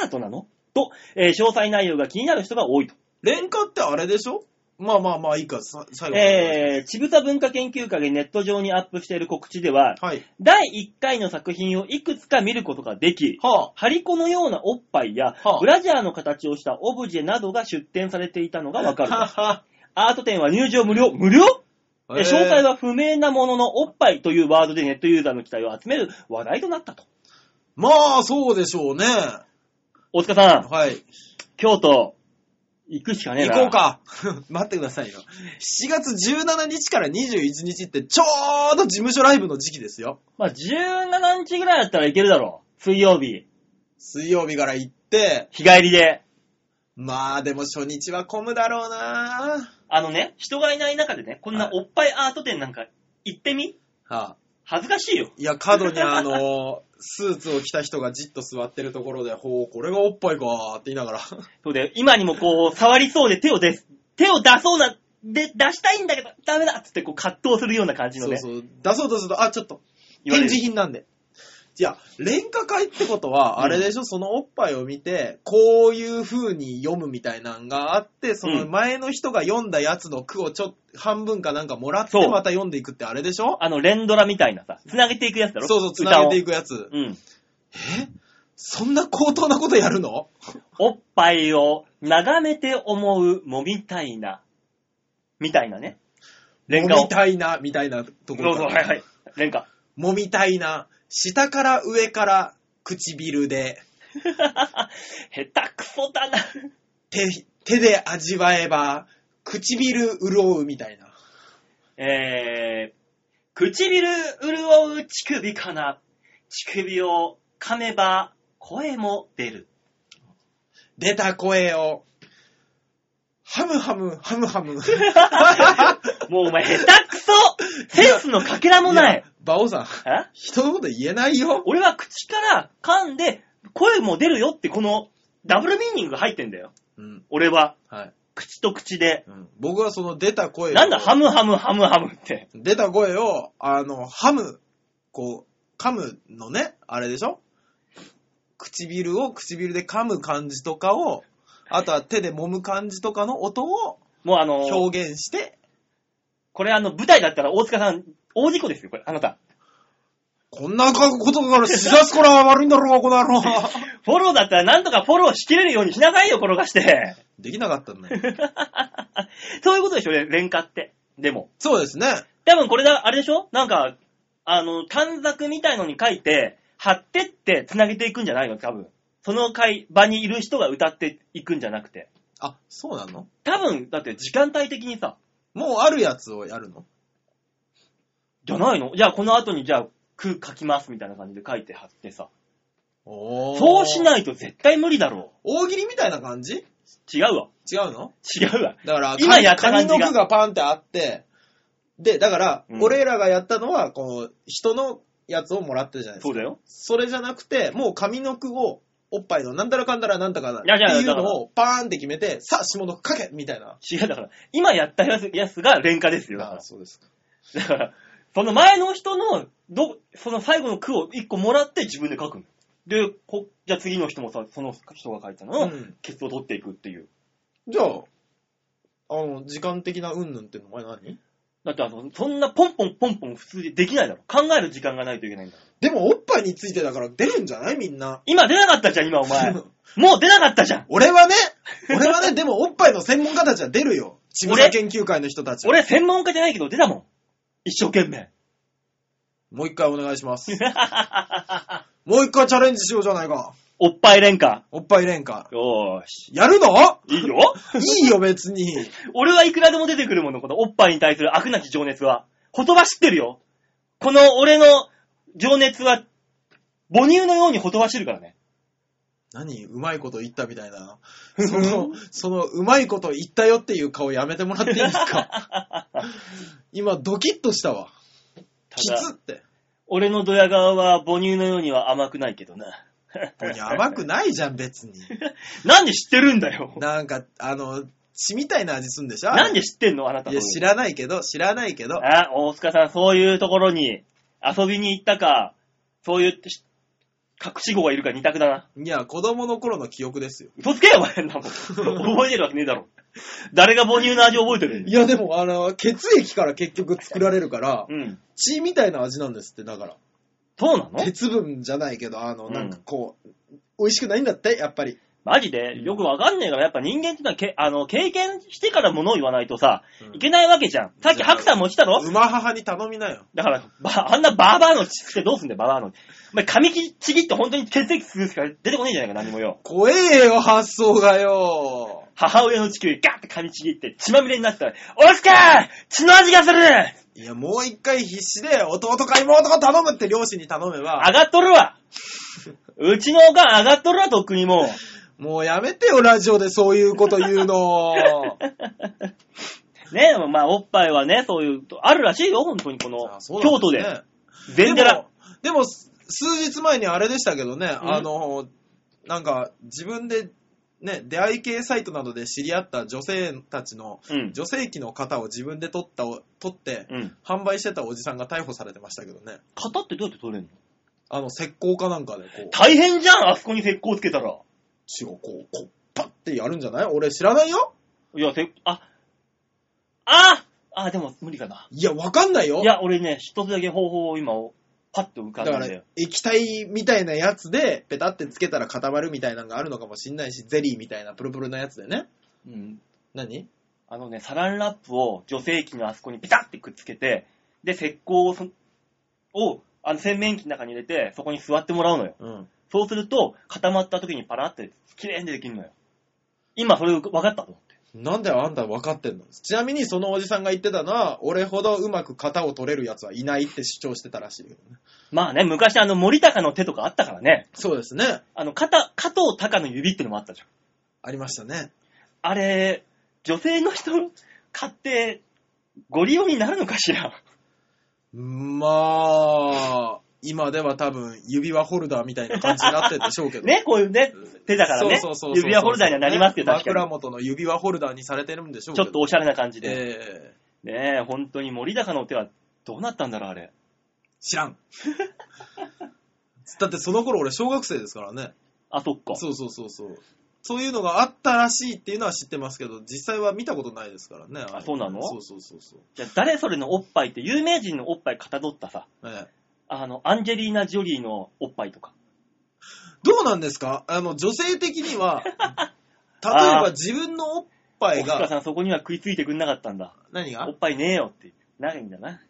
B: アートなのと、えー詳細内容が気になる人が多いと。
C: 連歌ってあれでしょまあまあまあいいか、さ最後。
B: えー、ちぶさ文化研究会がネット上にアップしている告知では、
C: はい。
B: 第1回の作品をいくつか見ることができ、
C: は
B: ハリコのようなおっぱいや、
C: はあ
B: ブラジャーの形をしたオブジェなどが出展されていたのがわかる。
C: あ。
B: アート展は入場無料無料えー
C: えー
B: 詳細は不明なものの、おっぱいというワードでネットユーザーの期待を集める話題となったと。
C: まあ、そうでしょうね。
B: 大塚さん、
C: はい。
B: 京都、行くしかねえ
C: 行
B: な。
C: こうか。 待ってくださいよ。7月17日から21日ってちょうど事務所ライブの時期ですよ。
B: まあ、17日ぐらいだったらいけるだろう。水曜日、
C: 水曜日から行って、
B: 日帰りで。
C: まあでも初日は混むだろうな
B: あのね、人がいない中でね、こんなおっぱいアート展なんか行ってみ
C: はあ、
B: 恥ずかしいよ。
C: いや、角にあ の、スーツを着た人がじっと座ってるところで、ほう、これがおっぱいかーって言いながら。
B: そうで、今にもこう、触りそうで手を出す、手を出そうな、で、出したいんだけど、ダメだっつってこう、葛藤するような感じの
C: そう
B: ね。
C: そう。出そうとすると、あ、ちょっと、
B: 言われ
C: 展
B: る
C: 示品なんで。いや、廉価会ってことは、あれでしょ、そのおっぱいを見て、こういう風に読むみたいなんがあって、その前の人が読んだやつの句をちょっと、半分かなんかもらっ
B: そう
C: てまた読んでいくってあれでしょ
B: あの、連ドラみたいなさ、繋げていくやつだろ
C: そうそう、つなげてい
B: く。
C: くやつ。
B: うん。
C: そんな高等なことやるの
B: おっぱいを眺めて思う、もみたいな。みたいなね。レン
C: も
B: ガを。
C: みたいな、みたいなと
B: そ
C: こ
B: う
C: ろ
B: そう、
C: か
B: は
C: ら
B: いはい。レンガ。
C: もみたいな、下から上から唇で、
B: 下手くそだな。
C: 手、手で味わえば、唇潤うみたいな。
B: えー、唇潤う乳首かな。乳首を噛めば声も出る。
C: 出た声を、ハムハム、ハムハム。
B: もうお前下手くそセンスのかけ らもない。
C: バオさん、
B: え
C: 人のこと言えないよ。
B: 俺は口から噛んで声も出るよってこのダブルミーニングが入ってんだよ。
C: うん、
B: 俺は
C: はい。
B: 口と口で。
C: うん、僕はその出た声を、
B: なんだハムハムハムハムって。
C: 出た声を、あの、ハム、こう、噛むのね、あれでしょ唇を唇で噛む感じとかを、あとは手で揉む感じとかの音を
B: もうあの、
C: 表現して、
B: これあの舞台だったら大塚さん大事故ですよ、これ。あなた。
C: こんなことから知らすから悪いんだろうが、この 野郎。
B: フォローだったらなんとかフォローしきれるようにしなさいよ、転がして。
C: できなかったんだよ。
B: そういうことでしょ、ね、廉価って。でも。
C: そうですね。
B: 多分これだ、あれでしょなんか、あの、短冊みたいのに書いて、貼ってって繋げていくんじゃないの多分。その会場にいる人が歌っていくんじゃなくて。
C: あ、そうなの
B: 多分、だって時間帯的にさ、
C: もうあるやつをやるの
B: じゃないのじゃあこの後にじゃあ、句書きますみたいな感じで書いて貼ってさ。
C: お
B: そうし
C: い。
B: ないと絶対無理だろ
C: 大喜利みたいな感じ
B: う。違うわ。
C: 違うの
B: 違うわ。
C: だから、
B: 今やった感じが
C: 紙の句がパンってあって、で、だから、
B: うん
C: 俺らがやったのは、こう、人のやつをもらってるじゃないです
B: そう
C: か。
B: だよ。
C: それじゃなくて、もう紙の句を、おっぱいのなんたらかんだらなんだかだっ
B: いやいや
C: ていう
B: だから
C: のをパーンって決めて、さあ、下の句書けみたいな。
B: 違う、だから、今やったやつやつが廉価ですよ。だか
C: あそうですか。
B: ら、 だからその前の人の、ど、その最後の句を一個もらって自分で書くの。で、こ、じゃあ次の人もさ、その人が書いたの
C: う
B: を、
C: ん。
B: ケツを取っていくっていう。
C: じゃあ、あの、時間的なうんぬんっていうのは何
B: だってあの、そんなポンポンポンポン普通でできないだろ。考える時間がないといけないんだろ。
C: でも、おっぱいについてだから出るんじゃないみんな。
B: 今出なかったじゃん、今お 前。
C: そう
B: もう出なかったじゃん。
C: 俺はね、俺はね、 でもおっぱいの専門家たちは出るよ。ちむ
B: 俺
C: ら研究会の人たちは。
B: 俺専門家じゃないけど出たもん。一生懸命。
C: もう一回お願いします。もう一回チャレンジしようじゃないか。
B: おっぱい廉価。
C: おっぱい連歌。
B: よーし。
C: やるの
B: いいよ
C: いいよ、別 に。
B: 俺はいくらでも出てくるもの、このおっぱいに対する悪なき情熱は。言葉知ってるよ。この俺の情熱は、母乳のように言葉知るからね。
C: 何うまいこと言ったみたいな。その、その、うまいこと言ったよっていう顔やめてもらっていいですか 今、ドキッとしたわ。
B: た
C: きつっ
B: だ、
C: て。
B: 俺のドヤ顔は母乳のようには甘くないけどな。
C: ここに甘くないじゃん、別に。
B: なんで知ってるんだよ。
C: なんか、あの、血みたいな味すんでしょ
B: なんで知ってんのあなた。
C: いや、知らないけど、知らないけど。
B: あ、大塚さん、そういうところに遊びに行ったか、そういうし隠し子がいるか二択だな。
C: いや、子供の頃の記憶ですよ。
B: 嘘つけ よ、お前んなもん。覚えてるわけねえだろ。誰が母乳の味覚えてる
C: いや、でも、あの、血液から結局作られるから、
B: うん。
C: 血みたいな味なんですって、だから。
B: そうなの
C: 鉄分じゃないけど、あの、
B: うん
C: なんかこう、美味しくないんだって、やっぱり。
B: マジでよくわかんねえから、やっぱ人間ってのはけ、あの、経験してからものを言わないとさ、いけないわけじゃん。さっき白さんも言ってたろ
C: 馬母に頼みなよ。
B: だから、ば、あんなバーバーの血ってどうすんだよ、バーバーの血。お前、髪ちぎって本当に血液するしか出てこねえじゃないか、何もよ。
C: 怖えよ、発想がよ。
B: 母親の地球ガッて噛みちぎって血まみれになったら、おつか血の味がする
C: いや、もう一回必死で、弟か妹か頼むって両親に頼めば、
B: 上がっとる わうちのおかん上がっとるわ、とっくにもう。
C: もうやめてよ、ラジオでそういうこと言う の。
B: ねえ、まあ、おっぱいはね、そういう、あるらしいよ、本当にこの、
C: あそうなん
B: 京都
C: す
B: で。
C: ね
B: 全
C: で
B: 寺
C: も。、でもす数日前にあれでしたけどね、
B: ん
C: あの、なんか、自分で、ね、出会い系サイトなどで知り合った女性たちの、
B: うん。
C: 女性器の型を自分で取ったお、取って、
B: うん。
C: 販売してたおじさんが逮捕されてましたけどね。
B: 型ってどうやって取れんの
C: あの、石膏かなんかで、こう、
B: 大変じゃん、あそこに石膏つけたら。
C: 血をこう、こう、パッてやるんじゃない俺知らないよ
B: いや、せ、あ、ああ、でも無理かな。
C: いや、わかんないよ
B: いや、俺ね、一つだけ方法を今、パッと浮か
C: だ
B: んだ
C: か
B: ん
C: ら
B: だよ。、
C: 液体みたいなやつで、ペタってつけたら固まるみたいなのがあるのかもしんないし、ゼリーみたいなプルプルなやつでね。
B: うん。
C: 何
B: あのね、サランラップを女性器のあそこにピタッてくっつけて、で、石膏をそ、を、あの、洗面器の中に入れて、そこに座ってもらうのよ。
C: うん。
B: そうすると、固まった時にパラって、綺麗にできるのよ。今、それ分かったと思って。
C: なんであんた分かってんのちなみにそのおじさんが言ってたのは、俺ほどうまく型を取れるやつはいないって主張してたらしいけどね。
B: まあね、昔あの、森高の手とかあったからね。
C: そうですね。
B: あの、肩、加藤隆の指ってのもあったじゃん。
C: ありましたね。
B: あれ、女性の人買って、ご利用になるのかしら
C: まあ、今では多分指輪ホルダーみたいな感じになってるでしょうけど。
B: ね、こういうね、手だからね
C: そうそうそうそう、
B: 指輪ホルダーにはなりますけど、
C: ね
B: 確か
C: 枕
B: に。
C: 元の指輪ホルダーにされてるんでしょう
B: ち
C: け
B: ょ
C: ど。
B: っとおしゃれな感じで。
C: えー
B: ねえ、本当に森高の手はどうなったんだろう、あれ。
C: 知 らん。だってその頃俺小学生ですからね。
B: あ、そっか。
C: そうそうそうそう。そういうのがあったらしいっていうのは知ってますけど、実際は見たことないですからね。れ
B: そうなの
C: そうそうそうそう。
B: じゃあ誰それのおっぱいって、有名人のおっぱいかたどったさ、
C: ええ
B: あの、アンジェリーナ・ジョリーのおっぱいとか。
C: どうなんですかあの、女性的に は、例えば自分のおっぱい
B: お母
C: が、
B: さんそこには食いついてくんなかったんだ。
C: 何
B: お
C: が
B: っぱいねえよって。ないんだな。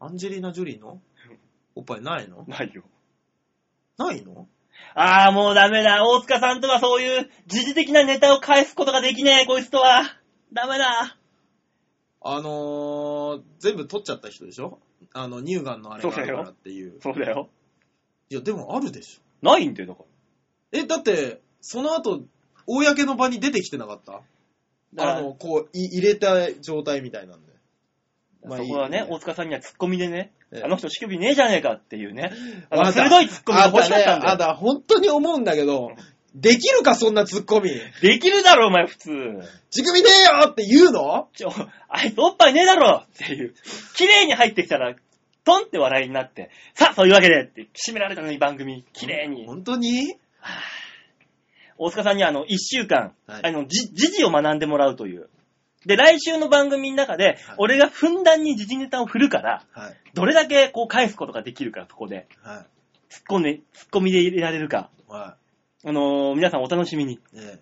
C: アンジェリーナ・ジョリーのおっぱいないの
B: ないよ。
C: ないの
B: ああ、もうダメだ。大塚さんとはそういう時事的なネタを返すことができねえ、こいつとは。ダメだ。
C: あのー、全部取っちゃった人でしょあの、乳がんのあれがあるからっていう。
B: そうだよ。
C: いや、でもあるでしょ。
B: ないんだよ、だか
C: え、だって、その後、公の場に出てきてなかった
B: だから
C: あの、こうい、入れた状態みたいなんで。ま
B: ら。
C: あ
B: そこはい
C: い
B: ね
C: よ、ね
B: 大塚さんにはツッコミでね
C: ええ、
B: あの人、乳首ねえじゃねえかっていうね、あ
C: あ
B: の
C: なた
B: 鋭いツッコミが欲しかったんだ
C: あ
B: よ。
C: だ、本当に思うんだけど、できるか、そんなツッコミ。
B: できるだろ、お前、普通。
C: 乳首ねえよって言うの
B: ちょ、あいつおっぱいねえだろっていう。綺麗に入ってきたら、トンって笑いになって、さあ、そういうわけでって、締められたのに番組、綺麗に。
C: 本当に
B: 大塚さんにあの、一週間、
C: はい
B: あの、じ時事を学んでもらうという。で、来週の番組の中で
C: はい、
B: 俺がふんだんに時事ネタを振るから、
C: はい。
B: どれだけこう返すことができるか、そこで。
C: はい。
B: 突っ込んで、突っ込みで入れられるか。
C: は
B: あのー皆さんお楽しみに。
C: い。ね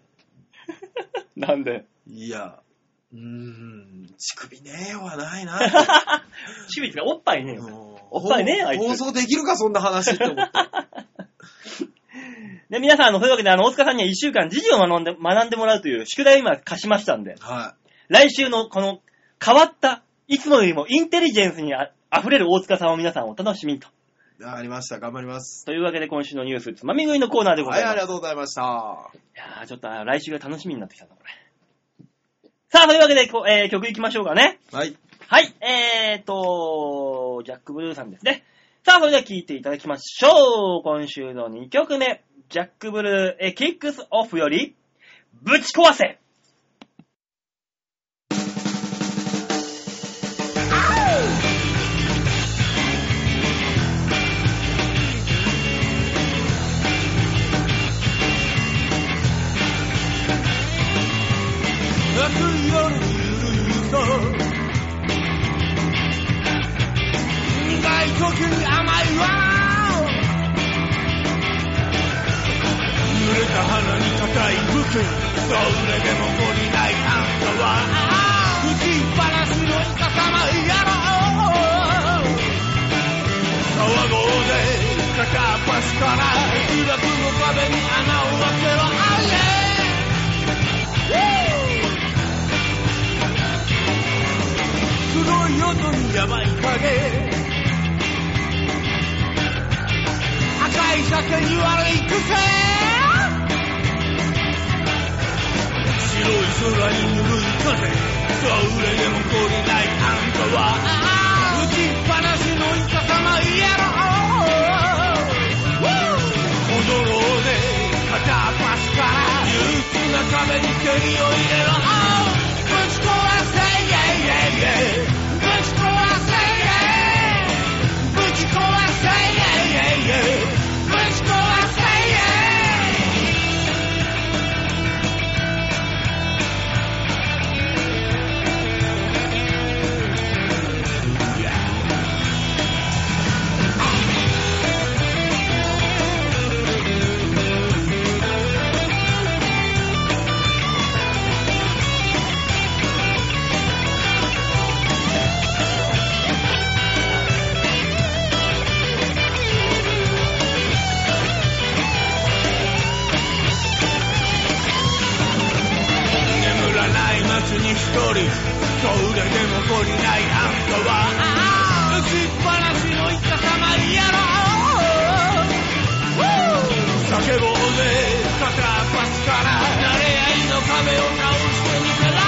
B: なんで。
C: えいや、うーん、乳首ねえよはないな。
B: 清水がおっぱい ね。
C: お
B: おっぱいねえあいつ
C: 放送できるか、そんな話って 思って。
B: で、皆さん、あの、そういうわけで、あの、大塚さんには一週間、時事を学んで、学んでもらうという宿題を今貸しましたんで、
C: は
B: 来週のこの、変わった、いつもよりもインテリジェンスにあ溢れる大塚さんを皆さんお楽しみにと。
C: い。ありました。頑張ります。
B: というわけで、今週のニュース、つまみ食いのコーナーでご
C: は
B: ざ
C: い、
B: います。
C: ありがとうございました。
B: いやー、ちょっと、あ来週が楽しみになってきたな、これ。さあ、というわけで、こえー曲いきましょうかね。
C: はい。
B: はい、えーと、ジャック・ブルーさんですね。さあ、それでは聴いていただきましょう。今週の2曲目、ジャック・ブルー、えーキックス・オフより、ぶち壊せ
D: 明日夜ゆるゆると苦い時甘いわ濡れた花に高い武器それでも懲りないあんたは打ちっぱなしのおかさまやろう川越で片っ端から疑惑の壁に穴を開けろあいえ黒い音にやばい影赤い酒に悪い癖白い空にぬるい風それでも懲りないあんたは打ちっぱなしのいかさまやろうおどろで片っ端から憂鬱な壁に蹴りを入れろぶち壊せイェイイェイイェイぶち壊せイェイぶち壊せイェイイェイイェイぶち壊せイェイ眠らない街に一人それでも懲りないあんたは打ちっぱなしのいかさまやろ叫ぼうぜ片っ端から慣れ合いの壁を倒してみたら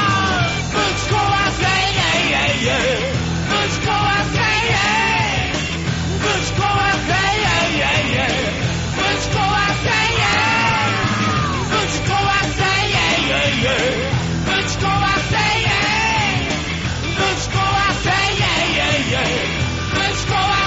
D: ぶち壊せイェイイェイイェイぶち壊せイェイぶち壊せイェイイェイイェイぶち壊せイェイぶち壊せイェイイェイイェイぶち壊せイェイぶち壊せイェイイェイイェイぶち壊せイェイ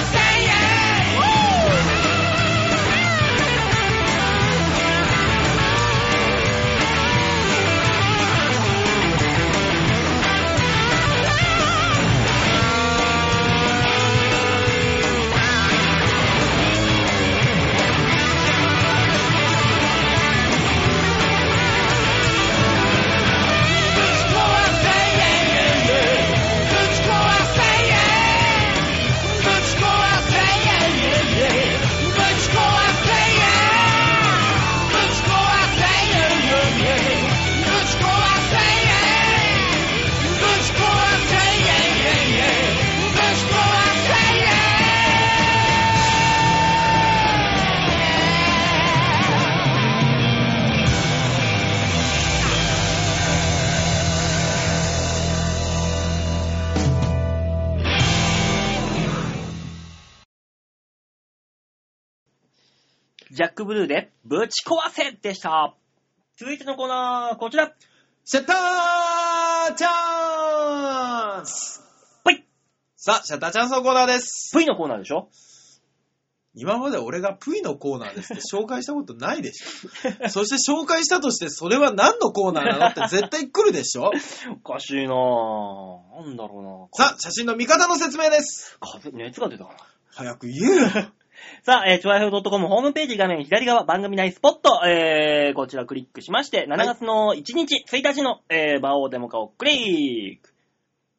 B: ジャックブルーで、ぶち壊せでした。続いてのコーナー、こちら。
C: シャッターチャンス
B: ぷい
C: さあ、シャッターチャンスのコーナーです。
B: V のコーナーでしょ
C: 今まで俺がプイのコーナーですって紹介したことないでし ょ。そして紹介したとして、それは何のコーナーなのって絶対来るでしょ。
B: おかしいなぁ。なんだろうなぁ。
C: さあ、写真の見方の説明です。
B: 風、熱が出たかな。
C: 早く言えよ。
B: さあ、えー、ちわひょう .com ホームページ画面左側、番組内スポット、えー、こちらクリックしまして、7月の1日、1日の、えー、バオーデモ化をクリック。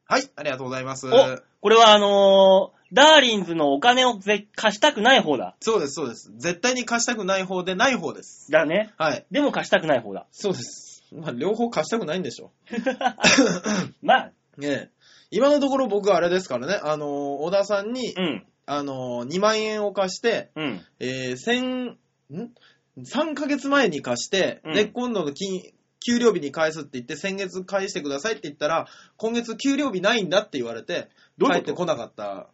C: はい、ありがとうございます。
B: お、これはあのー、ダーリンズのお金をぜ貸したくない方だ。
C: そうです、そうです。絶対に貸したくない方でない方です。
B: だね。
C: はい。
B: でも貸したくない方だ。
C: そうです。まあ、両方貸したくないんでしょ。
B: まあ、
C: ねえ。今のところ僕あれですからね、あのー小田さんに、
B: うん、
C: あのー2万円を貸して、
B: うん。
C: えー、千、ん ?3 ヶ月前に貸して、
B: うん
C: で、今度の金、給料日に返すって言って、先月返してくださいって言ったら、今月給料日ないんだって言われて、
B: どうい
C: 帰
B: う
C: っ
B: こと
C: てこなかった。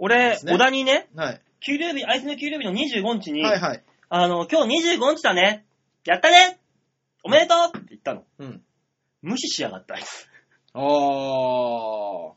B: 俺、
C: ですね
B: 小田にね、
C: はい。
B: 給料日、あいつの給料日の25日に、
C: はいはい。
B: あの、今日25日だね。やったねおめでとうって言ったの。
C: うん。
B: 無視しやがった、あいつ。
C: あ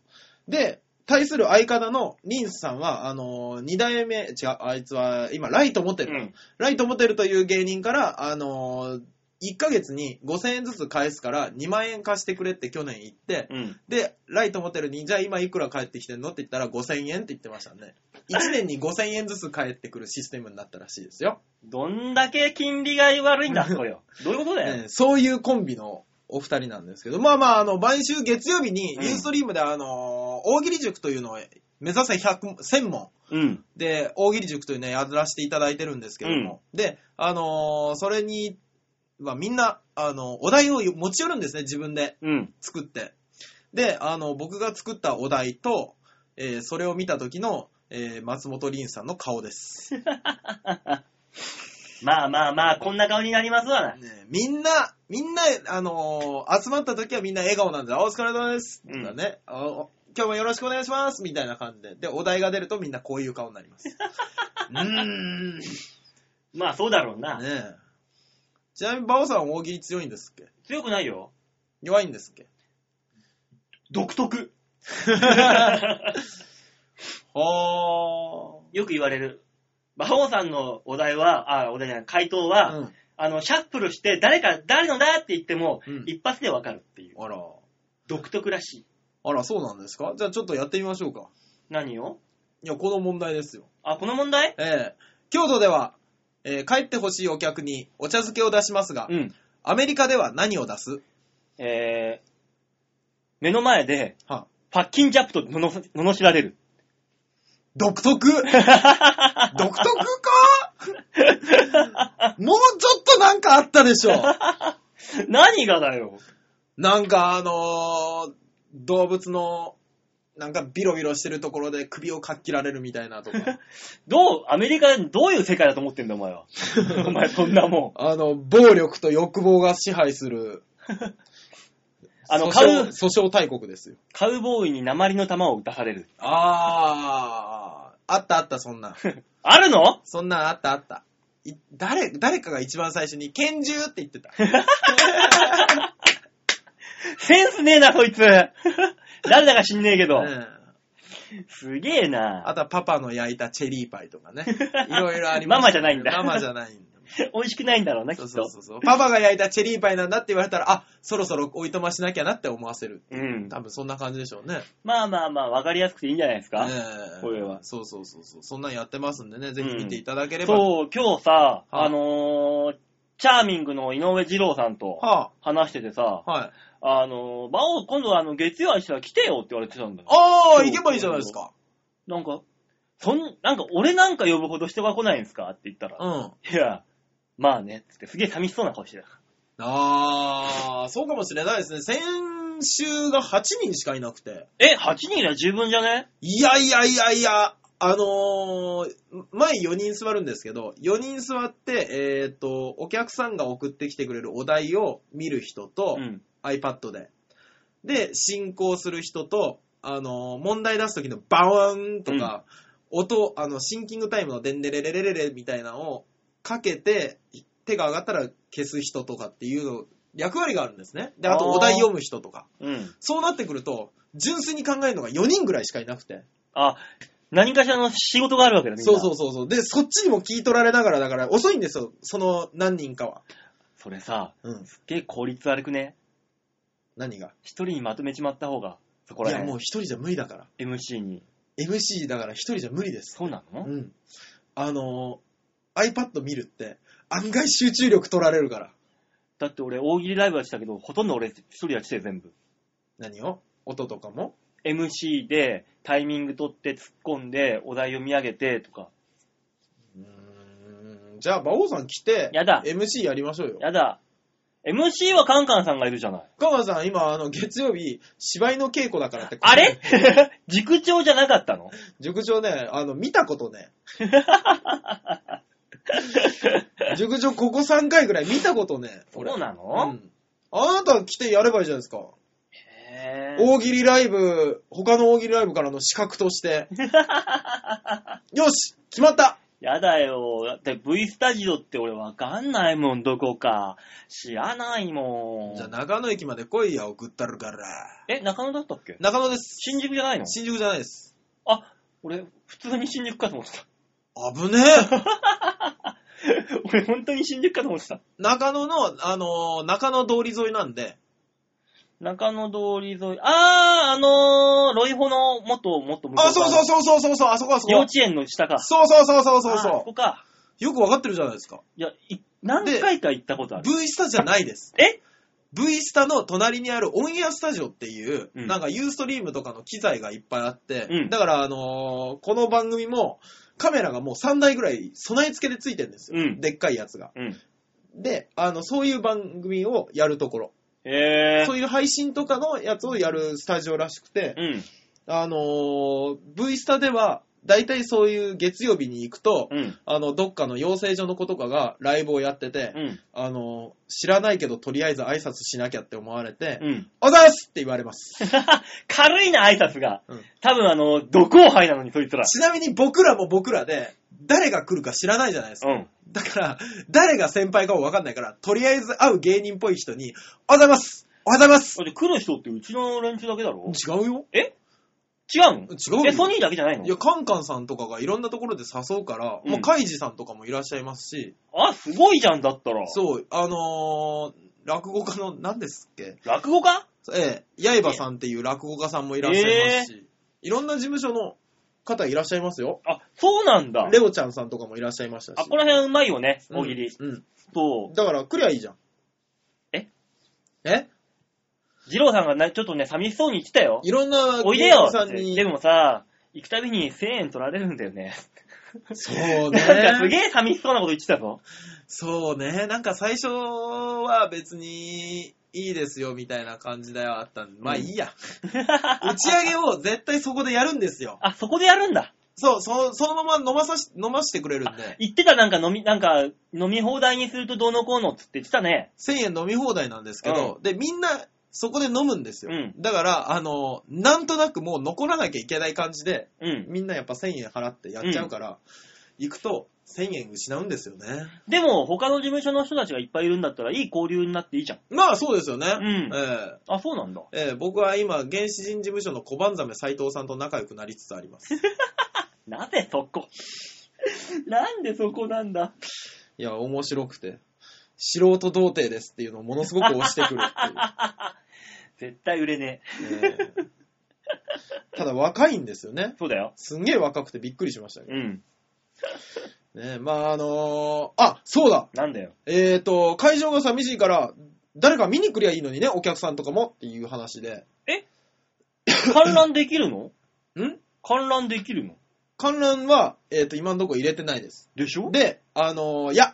C: ー。で、対する相方のリンスさんは、あのー、二代目、違う、あいつは、今、ライト持ってる。
B: うん。
C: ライトモテルという芸人から、あのー、1ヶ月に5000円ずつ返すから2万円貸してくれって去年言って、
B: うん。
C: で、ライトモテルに、じゃあ今いくら返ってきてんのって言ったら5000円って言ってましたね。1年に5000円ずつ返ってくるシステムになったらしいですよ。
B: どんだけ金利が悪いんだ、これよ。 どういうことだよ。
C: えーそういうコンビのお二人なんですけど、まあまあ、あの、毎週月曜日に
B: う
C: ユ
B: ん
C: ーストリームで、あのー、大喜利塾というのを目指せ100、1000問。
B: うん。
C: で、大喜利塾というね、やらせていただいてるんですけども、で、あのーそれに、まあ、みんな、あのお題を持ち寄るんですね、自分で
B: うん。
C: 作って。で、あの、僕が作ったお題と、えーそれを見た時の、えー松本凛さんの顔 です。ね
B: まあまあまあ、こんな顔になりますわな。
C: みんな、みんな、あのー集まった時はみんな笑顔なんです。あお疲れ様です。
B: うん
C: とかね、あお今日もよろしくお願いします。みたいな感じで。で、お題が出るとみんなこういう顔になります。 うーん。
B: まあそうだろうな。
C: ねえ。ちなみに、バオさん大喜利強いんですっけ
B: 強くないよ。
C: 弱いんですっけ
B: 独特。
C: は
B: よく言われる。馬王さんのお題は、あ、お題じゃない、回答は、
C: うん。
B: あの、シャッフルして、誰か、誰のだって言っても、
C: うん
B: 一発でわかるっていう。
C: あら。
B: 独特らしい。
C: あら、そうなんですかじゃあちょっとやってみましょうか。
B: 何を
C: いや、この問題ですよ。
B: あ、この問題
C: ええ京都では、えー帰ってほしいお客にお茶漬けを出しますが、
B: ん。
C: アメリカでは何を出す
B: えー、目の前で、
C: は
B: パッキンジャップとのの、罵られる。
C: 独特独特かもうちょっとなんかあったでしょ
B: 何がだよ。
C: なんかあのー動物の、なんかビロビロしてるところで首をかっきられるみたいなと か。
B: どう、アメリカ、どういう世界だと思ってんだ、お 前は。お前、そんなもん。
C: あの、暴力と欲望が支配する。
B: あの、
C: 訴
B: カ
C: 訟
B: ウ、
C: 訴訟大国ですよ。
B: カウボーイに鉛の弾を打たされる。
C: あー、あったあった、そんなん。
B: あるの
C: そんなんあったあった。い誰、誰かが一番最初に拳銃って言ってた。
B: センスねえな、そ いつ。誰だか知んねえけど。
C: うん
B: すげえな。
C: あとはパパの焼いたチェリーパイとか ね。いろいろあります。
B: ママじゃないんだ
C: ママじゃないんだ。
B: 美味しくないんだろうな、き
C: そ
B: っ
C: うそう
B: と
C: そ。うそう。パパが焼いたチェリーパイなんだって言われたら、あ、そろそろおいとましなきゃなって思わせる。
B: うん。
C: 多分そんな感じでしょうね。
B: まあまあまあ、わかりやすくていいんじゃないですか。
C: ええ
B: これは
C: そうそうそうそう。そんなんやってますんでね、ぜひ見ていただければ。
B: そう、今日さ、
C: あ
B: あのー、チャーミングの井上二郎さんと
C: は
B: 話しててさ
C: あ、、はい。
B: あのー、馬王、今度あの、月曜あいつら来てよって言われてたんだよ。
C: あ
B: そ
C: あ、
B: う
C: 行けばいいじゃないですか。
B: なんか、そん、なんか俺なんか呼ぶほど人が来ないんですかって言ったら、
C: うん。
B: いや、まあね、つってすげえ寂しそうな顔してた。
C: ああ、そうかもしれないですね。先週が8人しかいなくて。
B: え、8人いりゃ十分じゃね
C: いやいやいやいや、あのー、前4人座るんですけど、4人座って、えっ、と、お客さんが送ってきてくれるお題を見る人と、
B: うん。
C: iPad で。で、進行する人と、あのー、問題出す時のバワーンとか、音、あの、シンキングタイムのデンデレレレレレみたいなのを、かけて、手が上がったら消す人とかっていうの、役割があるんですね。で、あと
B: あー
C: お題読む人とか。
B: うん。
C: そうなってくると、純粋に考えるのが4人ぐらいしかいなくて。
B: あ、何かしらの仕事があるわけだ、みんな。
C: そうそうそうそう。で、そっちにも聞い取られながら、だから遅いんですよ、その何人かは。
B: それさ、
C: うん。
B: すっげえ効率悪くね。
C: 何が
B: 一人にまとめちまった方が、そこ
C: い
B: ら
C: や、もう
B: 辺、
C: 一人じゃ無理だから。
B: MC に。
C: MC だから一人じゃ無理です。
B: そうなの、
C: うん。あのー iPad 見るって、案外集中力取られるから。
B: だって俺、大喜利ライブはしたけど、ほとんど俺一人やってたよ、全部。
C: 何を音とかも
B: MC でタイミング取って突っ込んでお題読み上げてとか。
C: うーん。じゃあ、馬王さん来て、
B: やだ
C: MC やりましょうよ。
B: やだ。MC はカンカンさんがいるじゃない。
C: カマさん、今、あの、月曜日、芝居の稽古だ からって。
B: あ れ塾長じゃなかったの
C: 塾長ね、あの、見たこ とね。塾長、ここ3回ぐらい見たことね。
B: そ
C: 俺
B: うなの、
C: うんあなた来てやればいいじゃないですか。
B: へー
C: 大喜利ライブ、他の大喜利ライブからの資格として。よし決まった
B: やだよ。だって V スタジオって俺わかんないもん、どこか。知らないもん。
C: じゃあ中野駅まで来いや、送ったるから。
B: え、中野だったっけ
C: 中野です。
B: 新宿じゃないの
C: 新宿じゃないです。
B: あ、俺、普通に新宿かと思ってた。
C: 危ねえ
B: 俺、本当に新宿かと思ってた。
C: 中野の、あのー中野通り沿いなんで、
B: 中野通り沿い。あー、あのー、ロイホの元、元向こ
C: あ、そうそう
B: う
C: そうそうそうそう、あそこあそ
B: 幼
C: こ。
B: 稚園の下か。
C: そうそうそうそうそう
B: あーこ
C: そ
B: こか。
C: う。よくわかってるじゃないですか。
B: いや、い何回か行ったことある。
C: V スタじゃないです。
B: え
C: V スタの隣にあるオンエアスタジオっていう、
B: うん
C: なんかユーストリームとかの機材がいっぱいあって、
B: うん
C: だからあのーこの番組もカメラがもう3台ぐらい備え付けでついてるんですよ。
B: うん
C: でっかいやつが。
B: うん。
C: で、あの、そういう番組をやるところ、
B: え
C: そういう配信とかのやつをやるスタジオらしくて、
B: うん。
C: あのー V スタでは、だいたいそういう月曜日に行くと、
B: うん。
C: あの、どっかの養成所の子とかがライブをやってて、
B: うん。
C: あの、知らないけど、とりあえず挨拶しなきゃって思われて、
B: うん。
C: おざいすって言われます。
B: 軽いな、挨拶が。
C: うん
B: 多分、あの、毒後輩なのに、そいつら。
C: ちなみに僕らも僕らで、誰が来るか知らないじゃないですか。
B: うん。
C: だから、誰が先輩かもわかんないから、とりあえず会う芸人っぽい人に、おざいますおざいます
B: だって来る人ってうちの連中だけだろ
C: 違うよ。
B: 違う
C: 違う
B: の
C: よ。
B: え、ソニーだけじゃないの
C: いや、カンカンさんとかがいろんなところで誘うから、
B: うん
C: もうカイジさんとかもいらっしゃいますし、
B: あ、すごいじゃん、だったら。
C: そう、あのー落語家の、何ですっけ
B: 落語家
C: ええ、刃さんっていう落語家さんもいらっしゃいますし、いろんな事務所の方いらっしゃいますよ。
B: あ、そうなんだ。
C: レオちゃんさんとかもいらっしゃいましたし。
B: あ、この辺うまいよね、大喜利。
C: うん。うん
B: そ
C: だから、来りゃいいじゃん。
B: え
C: え
B: う。二郎さんがなちょっとね、寂しそうに言ってたよ。
C: いろんな
B: おいでよ
C: さ
B: っ
C: ん
B: て
C: に
B: で。もさ、行くたびに1000円取られるんだよね。
C: そう
B: なんかす
C: ね。
B: げえ寂しそうなこと言ってたぞ。
C: そうね。なんか最初は別にいいですよみたいな感じだよあったんで。まあい いや。打ち上げを絶対そこでやるんですよ。
B: あ、そこでやるんだ。
C: そう、そそのまま飲まさし、飲ましてくれるんで。
B: 言ってたなんか飲み、なんか飲み放題にするとどうのこうのっつって言ってたね。
C: 1000円飲み放題なんですけど、で、みんな、そこで飲むんですよ、
B: うん
C: だから、あの、なんとなくもう残らなきゃいけない感じで、
B: うん。
C: みんなやっぱ1000円払ってやっちゃうから、行くと1000円失うんですよね。
B: でも他の事務所の人たちがいっぱいいるんだったらいい交流になっていいじゃん。
C: まあそうですよね。
B: うん
C: ええ
B: あ、そうなんだ。
C: ええ僕は今、原始人事務所の小判ザメ斎藤さんと仲良くなりつつあります。
B: なぜそこ なんでそこなんだ。
C: いや、面白くて。素人童貞ですっていうのをものすごく押してくるっ
B: 絶対売れねえ。
C: ていう。 ええただ若いんですよね。
B: そうだよ。
C: すんげえ若くてびっくりしましたけど
B: うん。
C: ねえ、まああのーあ、そうだ
B: なんだよ。
C: えーと、会場が寂しいから、誰か見に来りゃいいのにね、お客さんとかもっていう話で。
B: 観覧できるの
C: ん
B: 観覧できるの
C: 観覧は、えーと、今のところ入れてないです。
B: でしょ
C: で、あのーいや、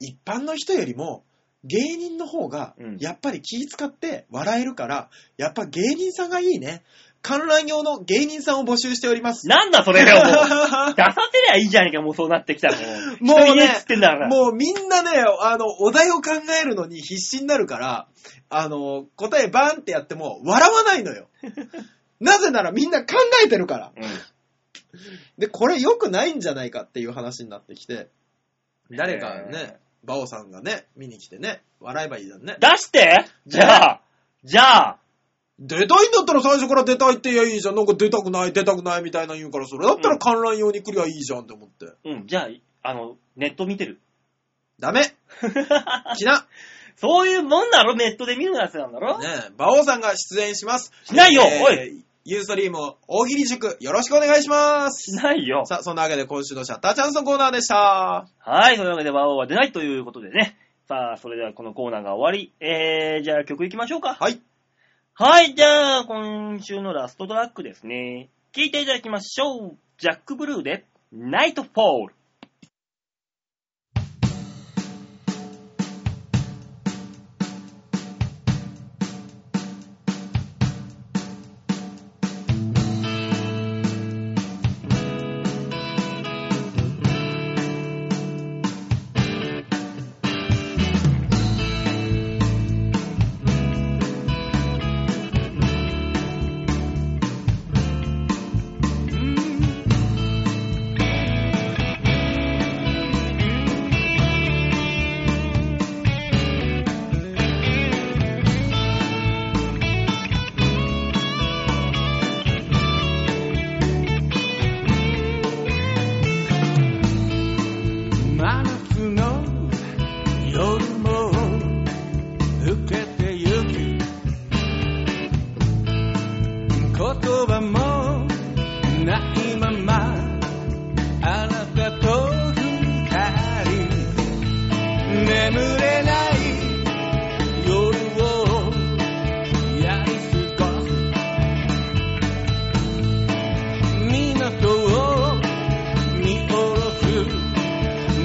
C: 一般の人よりも、芸人の方が
B: うん、
C: やっぱり気使って笑えるから、やっぱ芸人さんがいいね。観覧用の芸人さんを募集しております。
B: なんだそれだよ、もう。 出させりゃいいじゃねえか、もうそうなってきたらもう。
C: もうね
B: 人っつってんだ から。
C: もうみんなね、あの、お題を考えるのに必死になるから、あの、答えバーンってやっても笑わないのよ。なぜならみんな考えてるから。
B: うん。
C: で、これ良くないんじゃないかっていう話になってきて。
E: 誰かね、バオさんがね、見に来てね、笑えばいいじゃんね。
B: 出してじゃあ、じゃあ、
E: 出たいんだったら最初から出たいって言えばいいじゃん。なんか出たくない、出たくないみたいな言うから、それだったら観覧用に来りゃいいじゃんって思って。
B: うん、じゃあ、あの、ネット見てる。
E: ダメ来な
B: そういうもんだろ、ネットで見るやつなんだろ、
E: ねえ、馬王さんが出演します。
B: しないよお
E: いユーストリーム大喜利塾、よろしくお願いします
B: しないよ。
E: さあ、そんなわけで今週のシャッターチャンスのコーナーでした。
B: はい、というわけで、魔王は出ないということでね。さあ、それではこのコーナーが終わり。えー、じゃあ曲行きましょうか。
E: はい。
B: はい、じゃあ、今週のラストトラックですね。聴いていただきましょう。ジャック・ブルーで、ナイト・フォール。
C: 真夏の夜も更けてゆき言葉もないままあなたと二人眠れない夜をやり過ごす港を見下ろす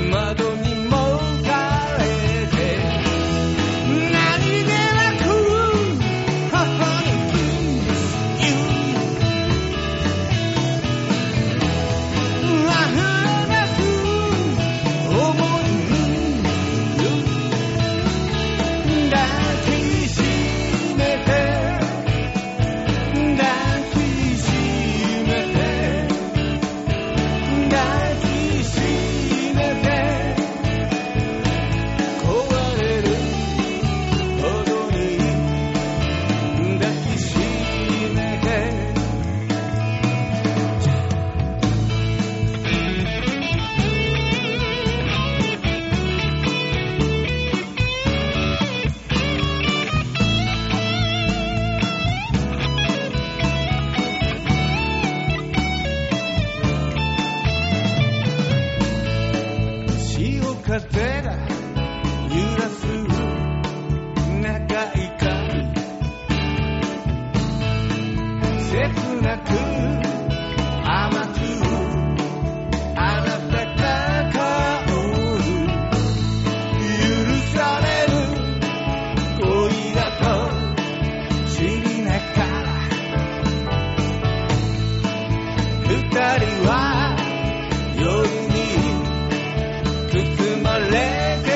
C: 窓にもたれて何気なく頬にキスゆうあふれ出す想いに抱きしめて抱きしめて抱きしめて壊れるほどに抱きしめて潮風が揺らす長い髪切なく甘くあなたが香る許される恋だと知りながら二人は夜に包まれてゆく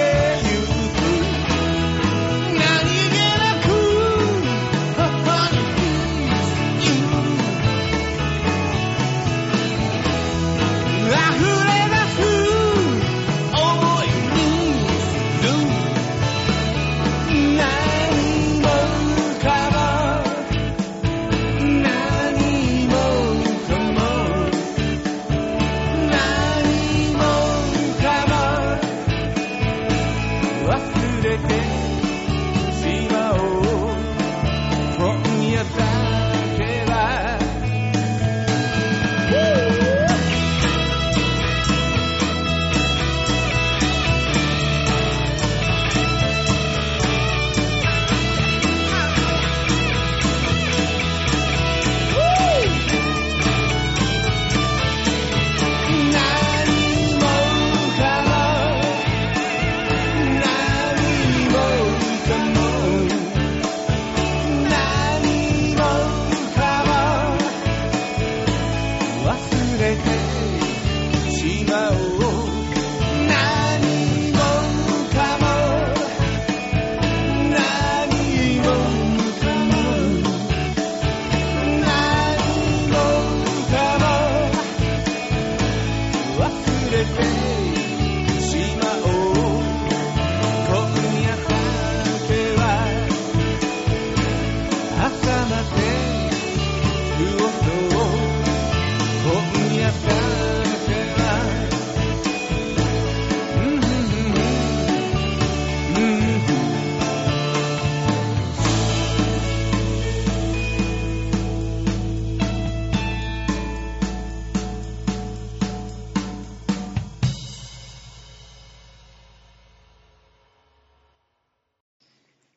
C: 何気なく頬にキスゆう溢れ出す想いにする何もかも何もかも何もかも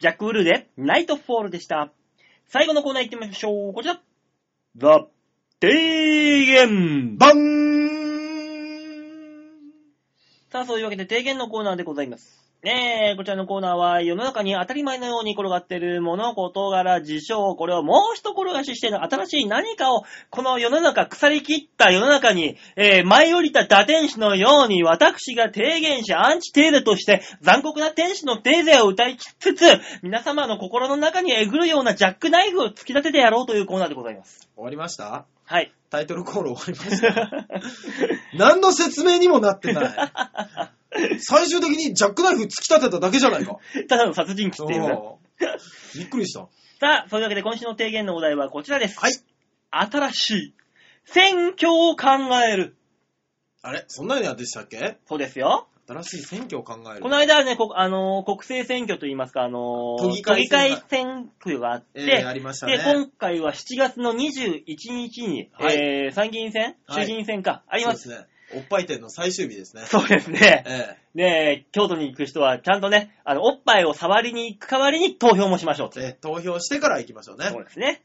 B: ジャック・ウルーで、ナイト・フォールでした。最後のコーナー行ってみましょう。こちら。ザ・提言
C: バン
B: さあ、そういうわけで提言のコーナーでございます。ねえ、こちらのコーナーは世の中に当たり前のように転がっている物事柄、事象、これをもう一転がししている新しい何かを、この世の中、腐り切った世の中に、えー舞い降りた打天使のように、私が提言し、アンチテーゼとして、残酷な天使のテーゼを歌いつつ、皆様の心の中にえぐるようなジャックナイフを突き立ててやろうというコーナーでございます。
C: 終わりました
B: はい。
C: タイトルコール終わりました。何の説明にもなってない。最終的にジャックナイフ突き立てただけじゃないか。
B: ただの殺人鬼っていうね。
C: うんびっくりした。
B: さあ、そういうわけで今週の提言のお題はこちらです。
C: はい。
B: 新しい選挙を考える。
C: あれそんなのやでしたっけ
B: そうですよ。
C: 新しい選挙を考える
B: こ。の間はね、こあのー国政選挙といいますか、あのー
C: 都議会選
B: 都議
C: 挙
B: 会選挙があって、
C: えーありましたね
B: で、今回は7月の21日に、
C: はい
B: えー、参議院選、
C: はい
B: 衆議院選か、あ
C: あ
B: ります。
C: ね。おっぱい店の最終日ですね。
B: そうですね。
C: え
B: ねえ京都に行く人はちゃんとね、あの、おっぱいを触りに行く代わりに投票もしましょうと
C: え。ええ投票してから行きましょうね
B: そ。うですね。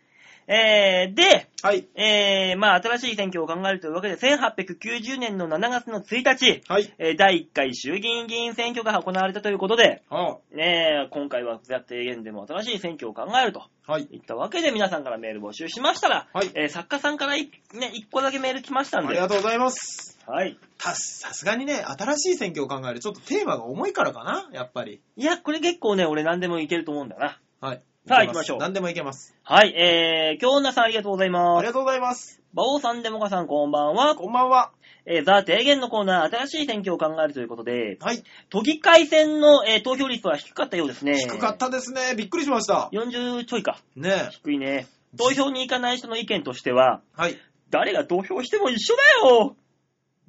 B: えー、で、
C: はい。
B: えー、まあ、新しい選挙を考えるというわけで、1890年の7月の1日、
C: はい。
B: えー第1回衆議院議員選挙が行われたということで、
C: あ
B: ねえ、今回はやって現でも新しい選挙を考えると
C: あはい。
B: いったわけで、皆さんからメール募集しましたら、
C: はい
B: えー作家さんからい、ね、1個だけメール来ましたん
C: あり
B: で、
C: がとうございます。
B: はい。
C: た、さすがにね、新しい選挙を考える。ちょっとテーマが重いからかな、やっぱり。
B: いや、これ結構ね、俺何でもいけると思うんだよな。
C: はい。
B: さあ
C: い
B: 行
C: けす
B: きましょう
C: 何でもいけます。
B: はい、えー、京女さんありがとうござい
C: あ
B: ます。
C: りがとうございます。
B: 馬王さん、デモカさん、こんばんは。
C: こんばんは。
B: えー、ザ・提言のコーナー、新しい選挙を考えるということで、
C: はい。
B: 都議会選の、えー投票率は低かったようですね。
C: 低かったですね。びっくりしました。
B: 40ちょいか。
C: ねえ。
B: 低いね。投票に行かない人の意見としては、
C: はい。
B: 誰が投票しても一緒だよ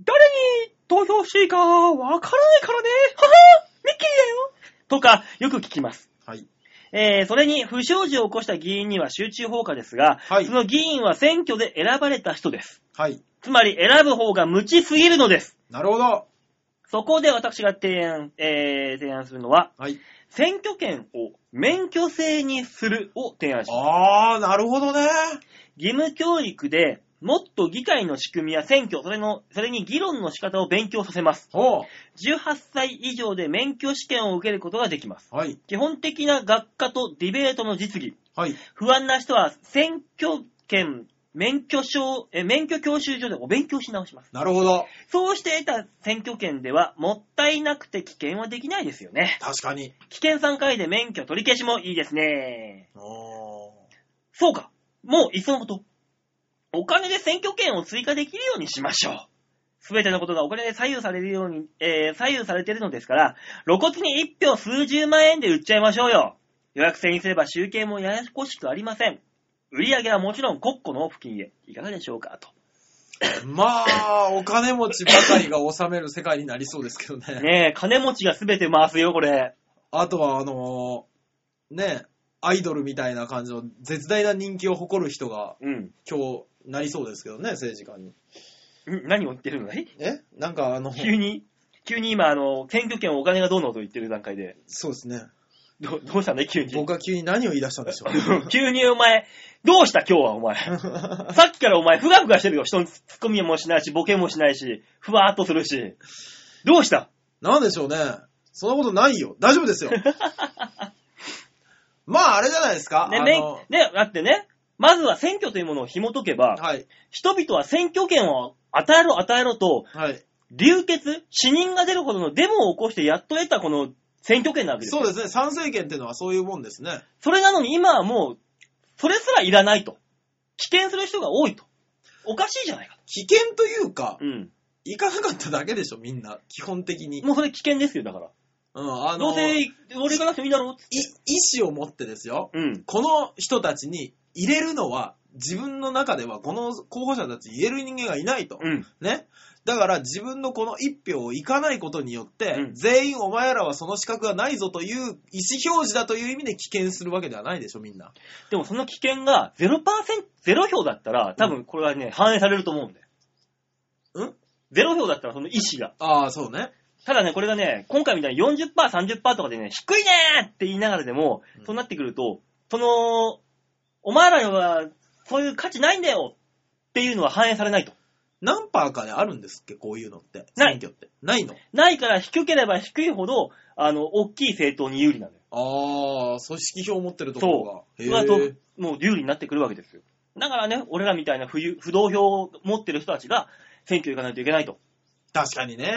B: 誰に投票していいかわからないからねははミッキーだよとか、よく聞きます。
C: はい。
B: えー、それに、不祥事を起こした議員には集中放火ですが、
C: はい
B: その議員は選挙で選ばれた人です。
C: はい。
B: つまり、選ぶ方が無知すぎるのです。
C: なるほど。
B: そこで私が提案、えー、提案するのは、
C: はい。
B: 選挙権を免許制にするを提案します。
C: あー、なるほどね。
B: 義務教育でもっと議会の仕組みや選挙、それの、それに議論の仕方を勉強させます。
C: ほ
B: 18歳以上で免許試験を受けることができます。
C: う。はい。
B: 基本的な学科とディベートの実技。
C: はい。
B: 不安な人は選挙権、免許証、え、免許教習所でお勉強し直します。
C: なるほど。
B: そうして得た選挙権では、もったいなくて危険はできないですよね。
C: 確かに。
B: 危険3回で免許取り消しもいいですね。
C: おー。
B: そうか。もういっそのこと。お金で選挙権を追加できるようにしましょう。すべてのことがお金で左右されるように、えー左右されているのですから、露骨に一票数十万円で売っちゃいましょうよ。予約制にすれば集計もややこしくありません。売り上げはもちろん国庫の付近へ。いかがでしょうかと。
C: まあ、お金持ちばかりが治める世界になりそうですけどね。
B: ねえ、金持ちがすべて回すよ、これ。
C: あとは、あのーね、アイドルみたいな感じの絶大な人気を誇る人が
B: うん。
C: 今日なりそうですけどね、政治家に。
B: ん何を言ってるの何
C: えなんかあの、
B: 急に、急に今、あの、選挙権お金がどうのと言ってる段階で。
C: そうですね。
B: どどうしたんだい急に。
C: 僕は急に何を言い出したんでしょう。
B: 急にお前、どうした今日はお前。さっきからお前、ふがふがしてるよ。人のツッコミもしないし、ボケもしないし、ふわーっとするし。どうした
C: なんでしょうね。そんなことないよ。大丈夫で すよ。まあ、あれじゃないですか。
B: ね、
C: あ
B: めん
C: の、
B: ね、だってね、まずは選挙というものを紐解けば、
C: はい。
B: 人々は選挙権を与えろ与えろと、
C: はい。
B: 流血、死人が出るほどのデモを起こしてやっと得たこの選挙権なわけです
C: そ
B: よ。
C: うですね。参政権っていうのはそういうもんですね。
B: それなのに今はもう、それすらいらないと。危険する人が多いと。おかしいじゃないか
C: 危険というか
B: と。、うん。
C: 行かなかっただけでしょ、みんな。基本的に。
B: もうそれ危険ですよ、だから。
C: うん、あ
B: ど
C: の
B: う、せ、俺行かなくてもいいだろうって。
C: い意思を持ってですよ、
B: うん。
C: この人たちに入れるのは、自分の中ではこの候補者たちに入れる人間がいないと。
B: うん。
C: ね。だから自分のこの一票をいかないことによって、
B: うん
C: 全員お前らはその資格がないぞという意思表示だという意味で棄権するわけではないでしょ、みんな。
B: でもその危険が0%、0票だったら、多分これはね、反映されると思うんだよ。
C: うん
B: ゼロ票だったらその意思が。
C: ああ、そうね。
B: ただね、これがね、今回みたいに40%、30%とかでね、低いねーって言いながらでも、
C: うん
B: そうなってくると、その、お前らにはそういう価値ないんだよっていうのは反映されないと。
C: 何パーかね、あるんですっけこういうのって。
B: ない
C: 選挙って。ないの
B: ないから低ければ低いほど、あの、大きい政党に有利なのよ。
C: あー、組織票を持ってるところが。へ
B: それはと
C: ー
B: もう有利になってくるわけですよ。だからね、俺らみたいな不有不動票を持ってる人たちが選挙行かないといけないと。
C: 確かにね。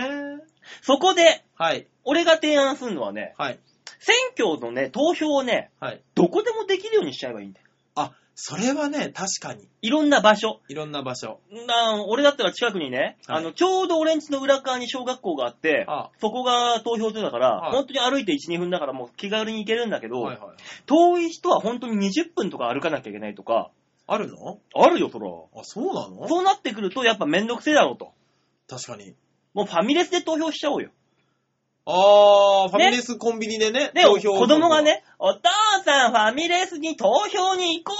B: そこで、
C: はい、
B: 俺が提案するのはね、
C: はい、
B: 選挙のね、投票をね、
C: はい。
B: どこでもできるようにしちゃえばいいんだよ。
C: あ、それはね、確かに。
B: いろんな場所。
C: いろんな場所。
B: な俺だったら近くにね、
C: はい
B: あの、ちょうど俺んちの裏側に小学校があって、
C: あ
B: そこが投票所だから、
C: はい
B: 本当に歩いて1、2分だからもう気軽に行けるんだけど、
C: はいはい。
B: 遠い人は本当に20分とか歩かなきゃいけないとか、
C: あるの
B: あるよ、そら。
C: あ、そうなの
B: そうなってくると、やっぱめんどくせえだろうと。
C: 確かに。
B: もうファミレスで投票しちゃおうよ。
C: あー、ファ
B: ね
C: ミレスコンビニでね、
B: で、
C: 投
B: 子
C: 票
B: 供が。ね、お父さんファミレスに投票に行こ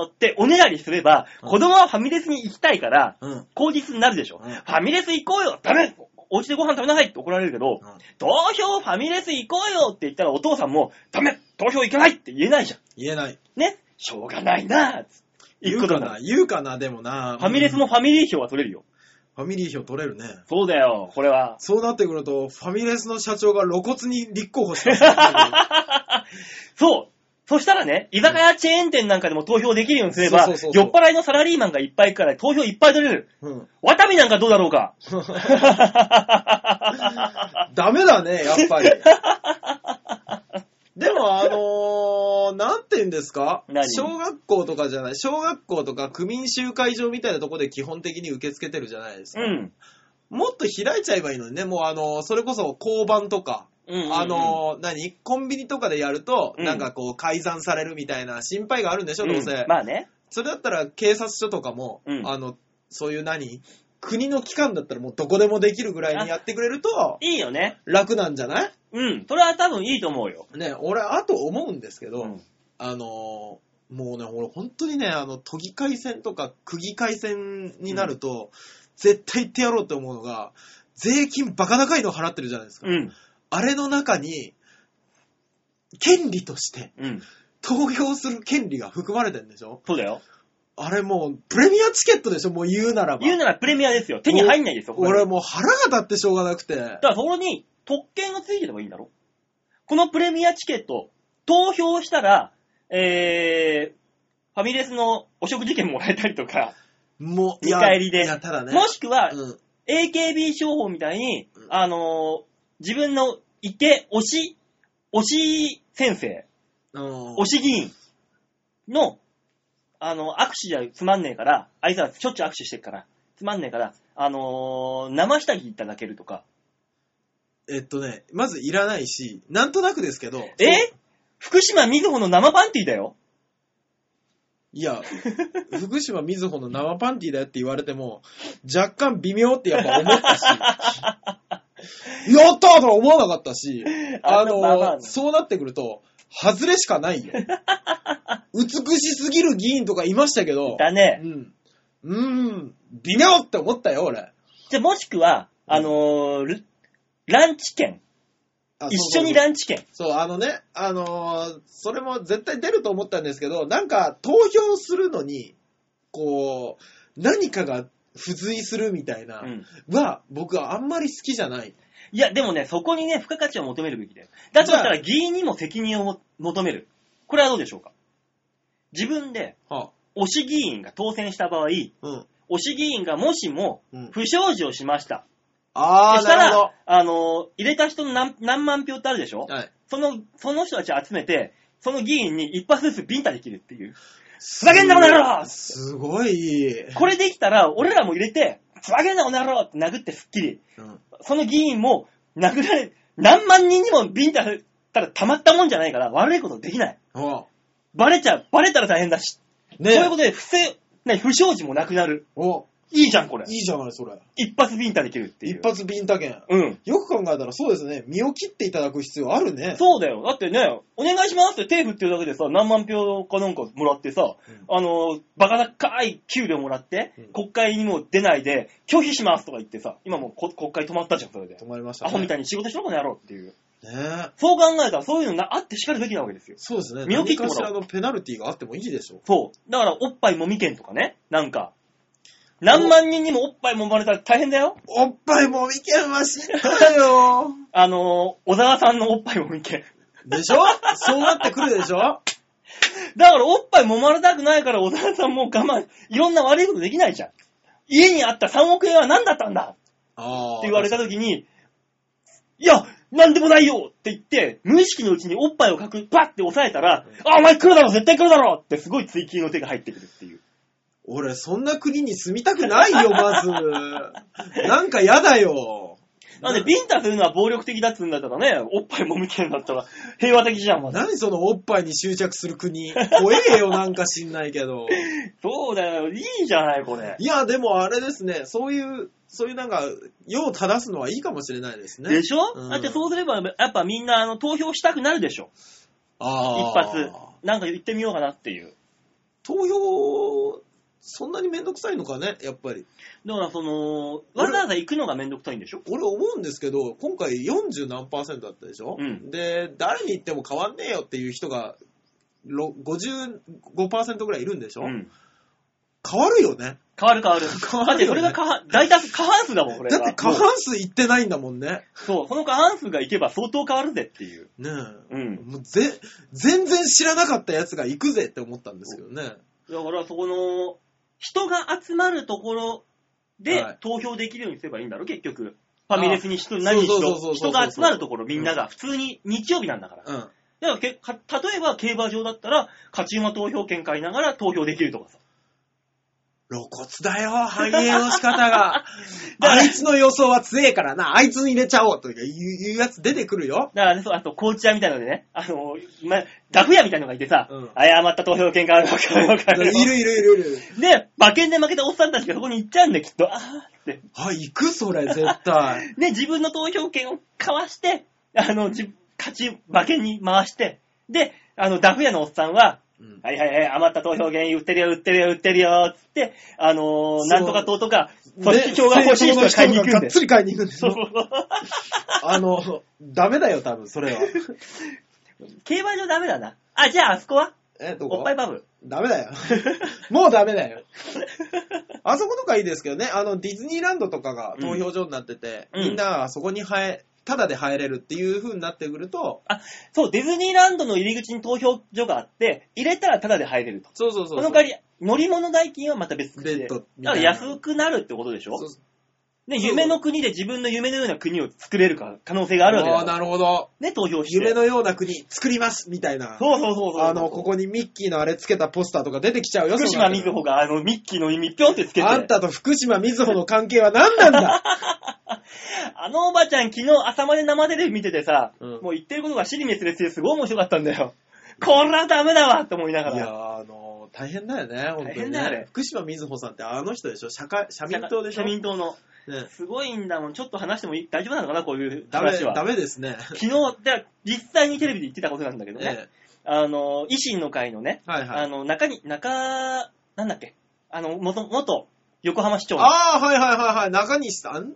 B: うよっておねだりすれば、
C: うん
B: 子供はファミレスに行きたいから、
C: うん。
B: 口実になるでしょ。
C: うん
B: ファミレス行こうよダメお家でご飯食べなさいって怒られるけど、
C: うん
B: 投票ファミレス行こうよって言ったらお父さんも、ダメ投票行かないって言えないじゃん。
C: 言えない。
B: ねしょうがないなぁ。つって
C: 言
B: 行
C: う
B: くこと
C: か
B: にな
C: な、
B: る。
C: 言うかな、でもな。
B: ファミレス
C: うん
B: もファミリー票は取れるよ。
C: ファミリー票取れるね。
B: そうだよ、これは。
C: そうなってくると、ファミレスの社長が露骨に立候補してます ね
B: そう。そしたらね、居酒屋チェーン店なんかでも投票できるようにすれば、
C: そうそうそうそう
B: 酔っ払いのサラリーマンがいっぱいいるから投票いっぱい取れる。
C: うん。
B: ワタミなんかどうだろう か。
C: ダメだね、やっ ぱり。でも、あのー、なんて言うんですか
B: 何
C: 小学校とかじゃない、小学校とか区民集会場みたいなとこで基本的に受け付けてるじゃないです
B: う
C: か。
B: ん。
C: もっと開いちゃえばいいのにね、もうあのー、それこそ交番とか、
B: うんうん
C: あのー、何コンビニとかでやると、
B: うん
C: なんかこう改ざんされるみたいな心配があるんでしょ、どうせ。
B: うんまあね。
C: それだったら警察署とかも、
B: うん
C: あの、そういう何国の機関だったらもうどこでもできるぐらいにやってくれると
B: いいよね。
C: 楽なんじゃない
B: うん。それは多分いいと思うよ。
C: ね、俺、あと思うんですけど、
B: うん
C: あのーもうね、俺本当にね、あの、都議会選とか区議会選になると、絶対行ってやろうって思うのが、税金バカ高いの払ってるじゃないですか。
B: うん。
C: あれの中に、権利として
B: うん。
C: 投票する権利が含まれてるんでしょ
B: そうだよ。
C: あれもう、プレミアチケットでしょもう言うならば。
B: 言うならプレミアですよ。手に入んないですよ。これ
C: 俺もう腹が立ってしょうがなくて
B: だ。からそこに特権がついてればいいんだろこのプレミアチケット、投票したら、えー、ファミレスのお食事券もらえたりとか、
C: もう、
B: 見返りで
C: いや、ただね。
B: もしくは、
C: うん、
B: AKB 商法みたいに
C: う、ん
B: あのー自分のいて、推し、推し先生、
C: うん
B: 推し議員の、あの、握手じゃつまんねえから、あいつらしょっちゅう握手してるから、つまんねえから、あのー生下着いただけるとか、
C: えっとね、まずいらないし、なんとなくですけど。
B: え福島みずほの生パンティだよ
C: いや、福島みずほの生パンティだよって言われても、若干微妙ってやっぱ 思ったし、やったーとは思わなかったし、あ
B: あのまあまあ
C: の、そうなってくると、外れしかな いよ。美しすぎる議員とかいましたけど、
B: だね
C: う。ん。うーん、微妙って思ったよ、俺。
B: じゃあ、もしくは、あのールランチ券。
C: あ
B: 一緒に
C: そう
B: ランチ券。
C: そうそうそう、あのね、あのーそれも絶対出ると思ったんですけど、なんか投票するのに、こう、何かが付随するみたいな、
B: うん
C: は、僕はあんまり好きじゃない。
B: いや、でもね、そこにね、付加価値を求めるべきだよ。だとしたら、議員にも責任を求める。これはどうでしょうか自分で、
C: は
B: 推し議員が当選した場合、推
C: あ、うん。
B: し議員がもしも
C: うん、
B: 不祥事をしました。
C: あ
B: そ
C: ー、
B: した
C: なるほ
B: ら、あのー、入れた人の何何万票ってあるでしょ
C: ど。はい。
B: その、その人たち集めて、その議員に一発ずつビンタできるっていう。ふざけんなこの野郎
C: すごい。
B: これできたら、俺らも入れて、つわげんな、おなろって殴ってスッキリ。
C: うん
B: その議員も、殴られ、何万人にもビンタされたらたまったもんじゃないから、悪いことできない。
C: はあ
B: バレちゃう、バレたら大変だし。
C: ね
B: そういうことで、不正、ね、不祥事もなくなる。
C: お
B: いいじゃん、これ。
C: いいじゃない、それ。
B: 一発ビンタできるっていう。
C: 一発ビンタ券。
B: うん。
C: よく考えたらそうですね、身を切っていただく必要あるね。
B: そうだよ。だってね、お願いしますって手振ってるだけでさ、何万票かなんかもらってさ、
C: うん
B: あの、バカ高い給料もらって、
C: うん
B: 国会にも出ないで、拒否しますとか言ってさ、今もうこ国会止まったじゃん、それで。
C: 止まりました
B: ア
C: ね。
B: ホみたいに仕事しろこの野郎っていう。
C: ねえ
B: そう考えたら、そういうのがあってしかるべきなわけですよ。
C: そうですね。
B: 身を切っても
C: 何からし
B: おう
C: らのペナルティがあってもいいでしょ。
B: そう。だから、おっぱいもみ券とかね、なんか。何万人にもおっぱい揉まれたら大変だよ。
C: おっぱいもみけんはしんどいよ。
B: あのー、小沢さんのおっぱいもみ券。
C: でしょそうなってくるでしょ
B: だから、おっぱい揉まれたくないから、小沢さんもう我慢、いろんな悪いことできないじゃん。家にあった3億円は何だったんだ
C: ああ。
B: って言われた時に、いや、なんでもないよって言って、無意識のうちにおっぱいをかく、パッて押さえたら、あ、お前来るだろ絶対来るだろってすごい追求の手が入ってくるっていう。
C: 俺、そんな国に住みたくないよ、まず。なんかやだよ。
B: なんで、ビンタするのは暴力的だっつうんだったらね、おっぱい揉み券だったら平和的じゃん、まず
C: 何そのおっぱいに執着する国。怖えよ、なんか知んないけど。
B: そうだよ、いいじゃない、これ。
C: いや、でもあれですね、そういう、そういうなんか、世を正すのはいいかもしれないですね。
B: でしょ、
C: うん
B: だってそうすれば、やっぱみんなあの投票したくなるでしょ。一
C: ああ。
B: 発。なんか言ってみようかなっていう。
C: 投票、そんなにめんどくさいのかね、やっぱり。
B: だからその、わざわざ行くのがめんどくさいんでしょ
C: 俺思うんですけど、今回40何パーセントだったでしょ、
B: うん
C: で、誰に言っても変わんねえよっていう人が、ろ55%ぐらいいるんでしょ、
B: うん。
C: 変わるよね。
B: 変わる変わる。
C: 変わるよね
B: だってそれが過半、大多数、過半数だもん、これ
C: だ
B: が。
C: って過
B: もう
C: 半数いってないんだもんね。
B: そう、その過半数が行けば相当変わるぜっていう。
C: ね
B: う
C: え。
B: ん。
C: もうぜ、全然知らなかったやつが行くぜって思ったんですけどね。
B: だからそこの、人が集まるところ
C: は
B: で
C: い
B: 投票できるようにすればいいんだろ、結局。ファミレスに人、何に
C: そうそうそ
B: 人、
C: うそうそう
B: 人が集まるところ、みんなが、普通に日曜日なんだから。
C: うん。
B: だからけか例えば競馬場だったら、勝ち馬投票券買いながら投票できるとかさ。
C: 露骨だよ、反映の仕方が。
B: だから
C: あいつの予想は強えからな、あいつに入れちゃおうといういうやつ出てくるよ。
B: だからね、そう、あと、紅茶みたいなのでね、あの、ま、ダフ屋みたいなのがいてさ、
C: うん
B: 誤った投票券買うの買うの買
C: いうる
B: の
C: いるいるいる。
B: で、馬券で負けたおっさんたちがそこに行っちゃうんだよ、きっと。あーって。
C: あ、行くそれ、絶対。
B: で、自分の投票券をかわして、あの、じ勝ち、馬券に回して、で、あの、ダフ屋のおっさんは、
C: うん
B: はいはいはい、余った投票券売ってるよ、売ってるよ、売ってるよ、つって、あのーなんとか党とか、そっち票が欲しい人が買いに行くん
C: が
B: で
C: っつり買いに行くんです
B: そう
C: よ
B: そうそう。
C: あの、ダメだよ、多分、そ れは。
B: 競馬場ダメだな。あ、じゃああそこは
C: え、ど
B: おっ
C: こ
B: ぱいパブ。
C: ダメだ よ。もうダメだよ。あそことかいいですけどね、あの、ディズニーランドとかが投票所になってて、
B: うん
C: みんながそこに入、ただで入れるっていう風になってくると、
B: そう、ディズニーランドの入り口に投票所があって、入れたらタダで入れると。
C: そうそうそうそう。
B: その代わり、乗り物代金はまた別口で。
C: 別途み
B: だ
C: た
B: か
C: い
B: ら
C: な
B: 安くなるってことでしょ
C: そうそう
B: ね、
C: そう
B: 夢の国で自分の夢のような国を作れるか可能性があるわけだ
C: あー
B: から
C: なるほど。
B: ね、投票して。
C: 夢のような国作りますみたいな。
B: そうそうそうそう。
C: あの、ここにミッキーのあれつけたポスターとか出てきちゃうよ、
B: 福島み
C: みず
B: ず
C: ほ
B: ほがあのミッキーの意味ぴょんってつけて。
C: あんたと福島みずほの関係は何な んだ
B: あのおばちゃん昨日朝まで生テレビ見ててさ、
C: うん
B: もう言ってることが尻滅裂ですごい面白かったんだよ。 こらダメだわって思いなが
C: いや
B: ら。
C: ー、あのー、大変だよね、本
B: 大
C: 当に
B: 変だよあれ
C: ね。福島みずほさんってあの人でしょ社会、社民党でしょ
B: 社民党の。
C: ね
B: すごいんだもん。ちょっと話してもいい大丈夫なのかな、こういう
C: ダメ、
B: 話は。
C: ダメですね。
B: 昨日、じゃあ実際にテレビで言ってたことなんだけどね。
C: ええ
B: あの、維新の会のね、
C: はいは
B: あ
C: い。
B: の、中に、中、なんだっけ、あの、元、元、横浜市長の、
C: ああ、はいはいはいはい。中西さん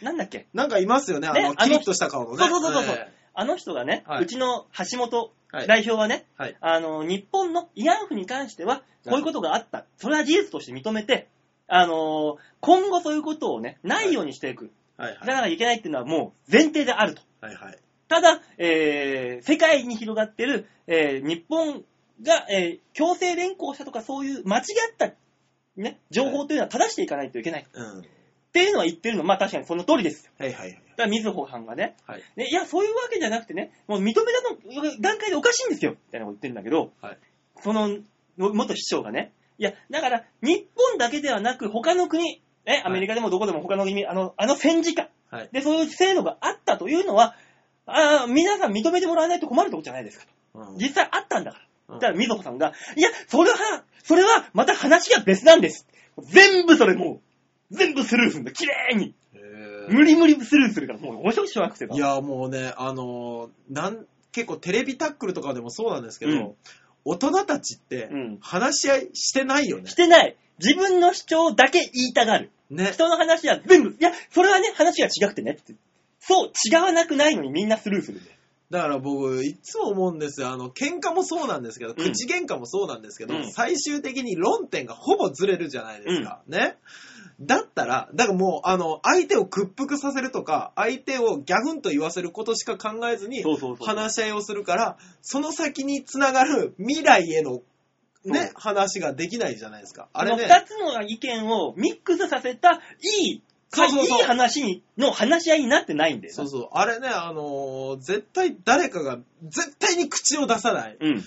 B: なんだっけ、
C: なんかいますよね。あ
B: ねあ
C: の、
B: の
C: キリッとした顔のね。
B: そうそうそうそう
C: え
B: あの人がね、
C: はいう
B: ちの橋本
C: えはい。
B: 代表はね、
C: はい
B: あの、日本の慰安婦に関しては、こういうことがあった。それは事実として認めて、あの今後そういうことをね、ないようにしていく。
C: はい
B: じ
C: はい。
B: ゃなきゃいけないっていうのはもう前提であると。
C: はいはい。
B: ただ、えー世界に広がってる、えー日本が、えー強制連行したとか、そういう間違った、ね、情報というのは正していかないといけない。
C: うん。はい
B: っていうのは言ってるの、まあ確かにその通りですよ。
C: はいはい。
B: だから、みずほさんがね
C: はい
B: ね、いや、そういうわけじゃなくてね、もう認めたの段階でおかしいんですよ、みたいなこと言ってるんだけど、
C: はい
B: その、も元市長がね、いや、だから、日本だけではなく、他の国、ね、アメリカでもどこでも他の国、あの、あの戦時下、
C: はい
B: で、そういう制度があったというのは、あー皆さん認めてもらわないと困るとこじゃないですかと。
C: うん
B: 実際あったんだから。
C: うん
B: だから、みずほさんが、いや、それは、それは、また話が別なんです。全部それもう、全部スルーするんだ、綺麗に。
C: へ
B: 無理無理スルーするから、もう面白い小学生だ。
C: ーいや、もうね、あのーなん、結構テレビタックルとかでもそうなんですけど、
B: うん
C: 大人たちって
B: うん、
C: 話し合いしてないよね
B: し。てない。自分の主張だけ言いたがる。
C: ね。
B: 人の話は全部、いや、それはね、話が違くてねって。そう、違わなくないのにみんなスルーするんだよ。
C: だから僕、いつも思うんですよ。あの、喧嘩もそうなんですけど、口喧嘩もそうなんですけど、
B: うん
C: 最終的に論点がほぼずれるじゃないですか。ね。だったら、だからもう、あの、相手を屈服させるとか、相手をギャグンと言わせることしか考えずに
B: そ、うそうそう。
C: 話し合いをするから、その先につながる未来への、
B: そう
C: ね、話ができないじゃないですか。あ
B: あ
C: れ
B: の
C: ね。
B: 二つの意見をミックスさせた、いい、
C: そうそうそう
B: いい話に、の話し合いになってないんだよな。
C: そうそう。あれね、あのー絶対誰かが、絶対に口を出さない。
B: うん。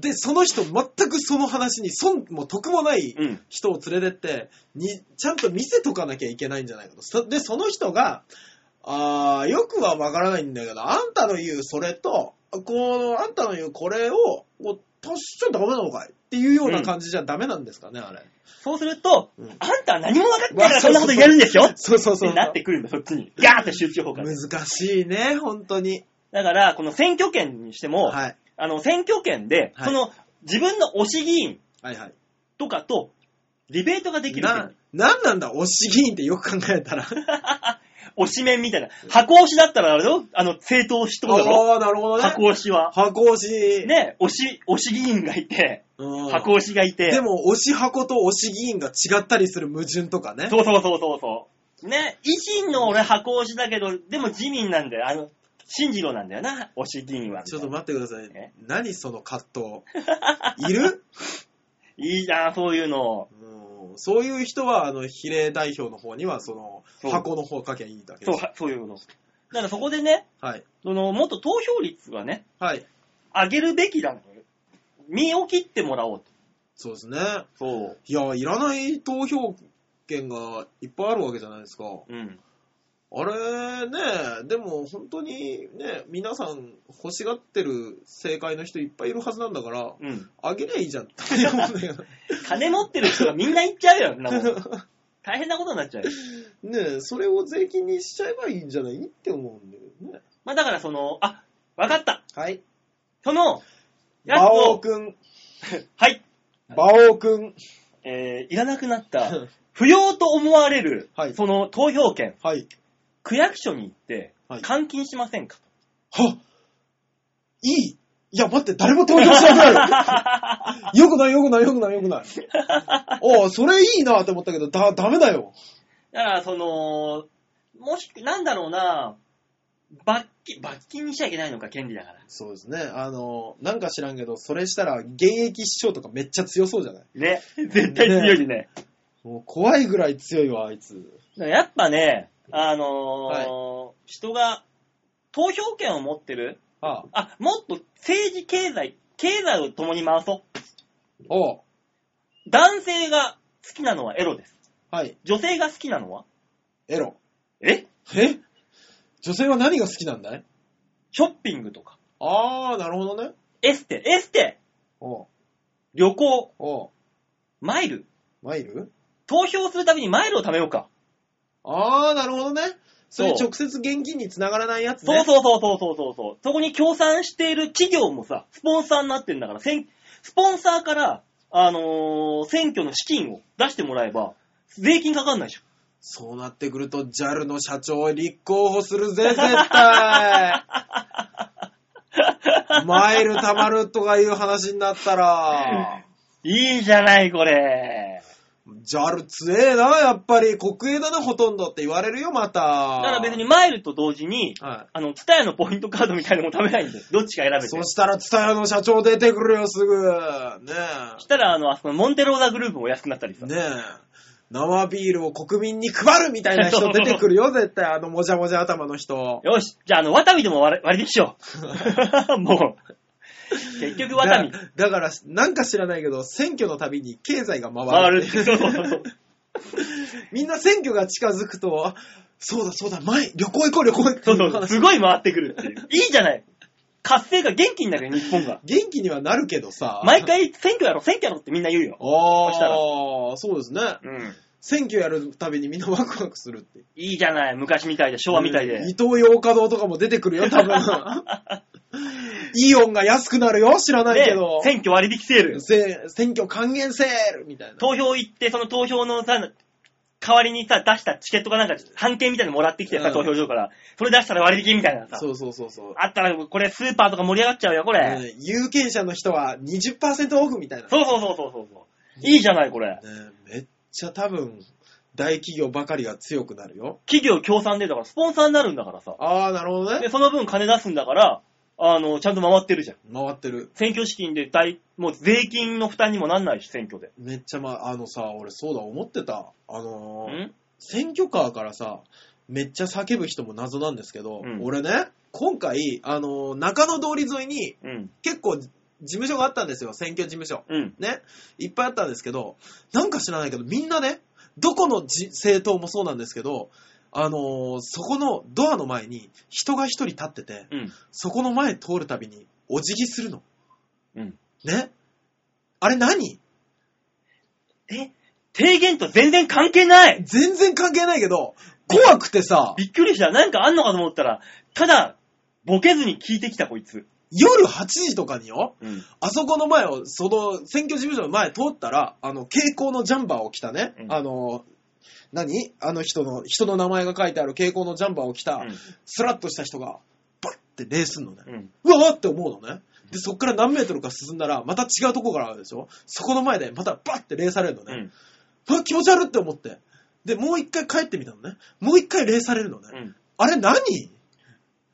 C: で、その人全くその話に損も得もない
B: うん。
C: 人を連れてって、に、ちゃんと見せとかなきゃいけないんじゃないかと。そで、その人が、あー、よくはわからないんだけど、あんたの言うそれと、この、あんたの言うこれを、こう、足しちゃダメなのかいっていうような感じじゃダメなんですかね、あ れ。
B: そうすると、
C: うん
B: あんたは何も分かってないからそんなこと言えるんですよっ
C: そうそうそう。
B: てなってくるんだ、そっちに。ガーって集中砲火。
C: 難しいね、本当に。
B: だから、この選挙権にしても、
C: はい。
B: あの、選挙権で、
C: はい
B: その、自分の推し議員
C: はいはい。
B: とかと、ディベートができる。
C: な、なんなんだ、推し議員ってよく考えたら。
B: 推し面みたいな。箱推しだったらあれだろあの、政党推しってことだろ
C: ああ、なるほどね。
B: 箱推しは。
C: 箱推し。
B: ね、推し、推し議員がいて、
C: うん
B: 箱推しがいて。
C: でも、推し箱と推し議員が違ったりする矛盾とかね。
B: そうそうそうそうそう。ね、維新の俺箱推しだけど、でも自民なんだよ。あの、新次郎なんだよな、推し議員は。
C: ちょっと待ってください
B: え。
C: 何その葛藤。いる
B: いいじゃん、そういうの。
C: うんそういう人は、あの、比例代表の方には、その、
B: そう
C: 箱の方を書きゃいいだけ
B: そ
C: で
B: う、
C: す。
B: はそういうの。だからそこでね、
C: はい。
B: その、もっと投票率はね、
C: はい。
B: 上げるべきだのよ。身を切ってもらおうと。
C: そうですね。
B: そう。
C: いや、いらない投票権がいっぱいあるわけじゃないですか。
B: うん。
C: あれね、でも本当にね、皆さん欲しがってる正解の人いっぱいいるはずなんだから、
B: うん。
C: あげりゃいいじゃんって思うんだけど。
B: 金持ってる人がみんな行っちゃうよ、そんなも ん大変なことになっちゃうよ。
C: ねえ、それを税金にしちゃえばいいんじゃないって思うんだよね。
B: まあだからその、あ、わかった。
C: はい。
B: その、やつ
C: 馬王
B: を、
C: くん、
B: はい。
C: 馬王くん。
B: えー、いらなくなった。不要と思われる、
C: はい
B: その投票権、
C: はい。
B: 区役所に行って
C: はい、
B: 換金しませんか、
C: はっいいいや、待って、誰も投票しなくなるよくない、よくない、よくない、よくない。おうそれいいなって思ったけど、だ、ダメだよ。
B: だから、その、もしく、なんだろうな、罰金、罰金にしちゃいけないのか、権利だから。
C: そうですね。あの、なんか知らんけど、それしたら、現役師匠とかめっちゃ強そうじゃない
B: ね。絶対強いね。
C: もう怖いぐらい強いわ、あいつ。
B: だからやっぱね、あのー人が、投票権を持ってる、
C: ああ、
B: あ、もっと政治、経済、経済を共に回そ
C: おう
B: う。男性が好きなのはエロです。
C: はい、
B: 女性が好きなのは
C: エロ。
B: え
C: え女性は何が好きなんだい
B: ショッピングとか、
C: あー、なるほどね。
B: エステ、エステ、
C: おう
B: 旅行、
C: おう
B: マイル。
C: マイル
B: 投票するたびにマイルを貯めようか。
C: あー、なるほどね。それ
B: そう
C: 直接現金につながらないやつ
B: そう
C: ね。
B: そうそうそうそうそうそう。そこに協賛している企業もさ、スポンサーになってんだから、せんスポンサーから、あのー選挙の資金を出してもらえば、税金かかんないでしょ。
C: そうなってくると、JAL の社長へ立候補するぜ、 絶対。マイル貯まるとかいう話になったら、
B: いいじゃない、これ。
C: JAL 強えな、やっぱり。国営だな、ほとんどって言われるよ、また。
B: だから別にマイルと同時に、
C: は
B: あの、ツタヤのポイントカードみたいなのも食べないんで、どっちか選べ
C: い。
B: て。
C: そ
B: そ
C: したら、ツタヤの社長出てくるよ、すぐ。ね
B: したら、あの、あそこのモンテローザグループも安くなったり
C: え。
B: さ。
C: ねえ。生ビールを国民に配るみたいな人出てくるよ、絶対。あの、もじゃもじゃ頭の人。
B: よし、じゃあ、あの、ワタミでも割れ割引しよ う。もう。結局、ワタミ
C: だ。だから、なんか知らないけど、選挙のたびに経済が回
B: 回
C: る
B: る
C: っ
B: ってて。
C: いう。
B: そうそうそう。
C: みんな選挙が近づくと、あそうだそうだ、前、旅行行こう、旅行行こうって
B: そ
C: いうう
B: そう、
C: 話
B: すごい回ってくるっていう。いいじゃない。活性化元気になるよ、日本が。
C: 元気にはなるけどさ。
B: 毎回選挙やろ、選挙やろってみんな言うよ。
C: あ
B: そしたら
C: あ、そうですね。
B: うん。
C: 選挙やるたびにみんなワクワクするって。
B: いいじゃない。昔みたいで、昭和みたいで。
C: うん伊東洋華堂とかも出てくるよ、多分。イオンが安くなるよ、知らないけど
B: ね。選挙割引セール。
C: せ選挙還元セールみたいな。
B: 投票行って、その投票のさ、代わりにさ、出したチケットかなんか、半券みたいなのもらってきてさ、
C: うん
B: 投票所から。それ出したら割引みたいなさ。
C: そうそうそうそう。
B: あったら、これスーパーとか盛り上がっちゃうよ、これ。
C: ね有権者の人は20%オフみたいな。
B: そうそうそうそうそうそう。いいじゃない、これ。
C: ねめっちゃ多分、大企業ばかりが強くなるよ。
B: 企業協賛で、だから、スポンサーになるんだからさ。
C: ああ、なるほどね
B: で、。その分金出すんだから、あの、ちゃんと回ってるじゃん。
C: 回ってる。
B: 選挙資金で大、もう税金の負担にもなんないし、選挙で。
C: めっちゃまあ、あのさ、俺そうだ、思ってた。あのー
B: ん
C: 選挙カーからさ、めっちゃ叫ぶ人も謎なんですけど、
B: うん
C: 俺ね、今回、あのー中野通り沿いに
B: うん。
C: 結構事務所があったんですよ、選挙事務所。
B: うん。
C: ね、いっぱいあったんですけど、なんか知らないけど、みんなね、どこのじ政党もそうなんですけど、あのーそこのドアの前に人が一人立ってて、
B: うん。
C: そこの前通るたびにお辞儀するの。
B: うん
C: ねあれ何
B: え提言と全然関係ない
C: 全然関係ないけど、怖くてさ、
B: びっくりした。なんかあんのかと思ったら、ただ、ボケずに聞いてきた、こいつ。
C: 夜8時とかによ、
B: うん。
C: あそこの前を、その、選挙事務所の前通ったら、あの、蛍光のジャンバーを着たね、
B: うん
C: あの、何あの人の、人の名前が書いてある蛍光のジャンバーを着た、スラッとした人が、パッて礼すんのね。
B: うん。
C: うわーって思うのね。で、そっから何メートルか進んだら、また違うとこからあるでしょそこの前で、またバッて礼されるの
B: う
C: ね。
B: ん。
C: うわ、気持ち悪いって思って。で、もう一回帰ってみたのね。もう一回礼されるのね。
B: うん。
C: あれ何
B: い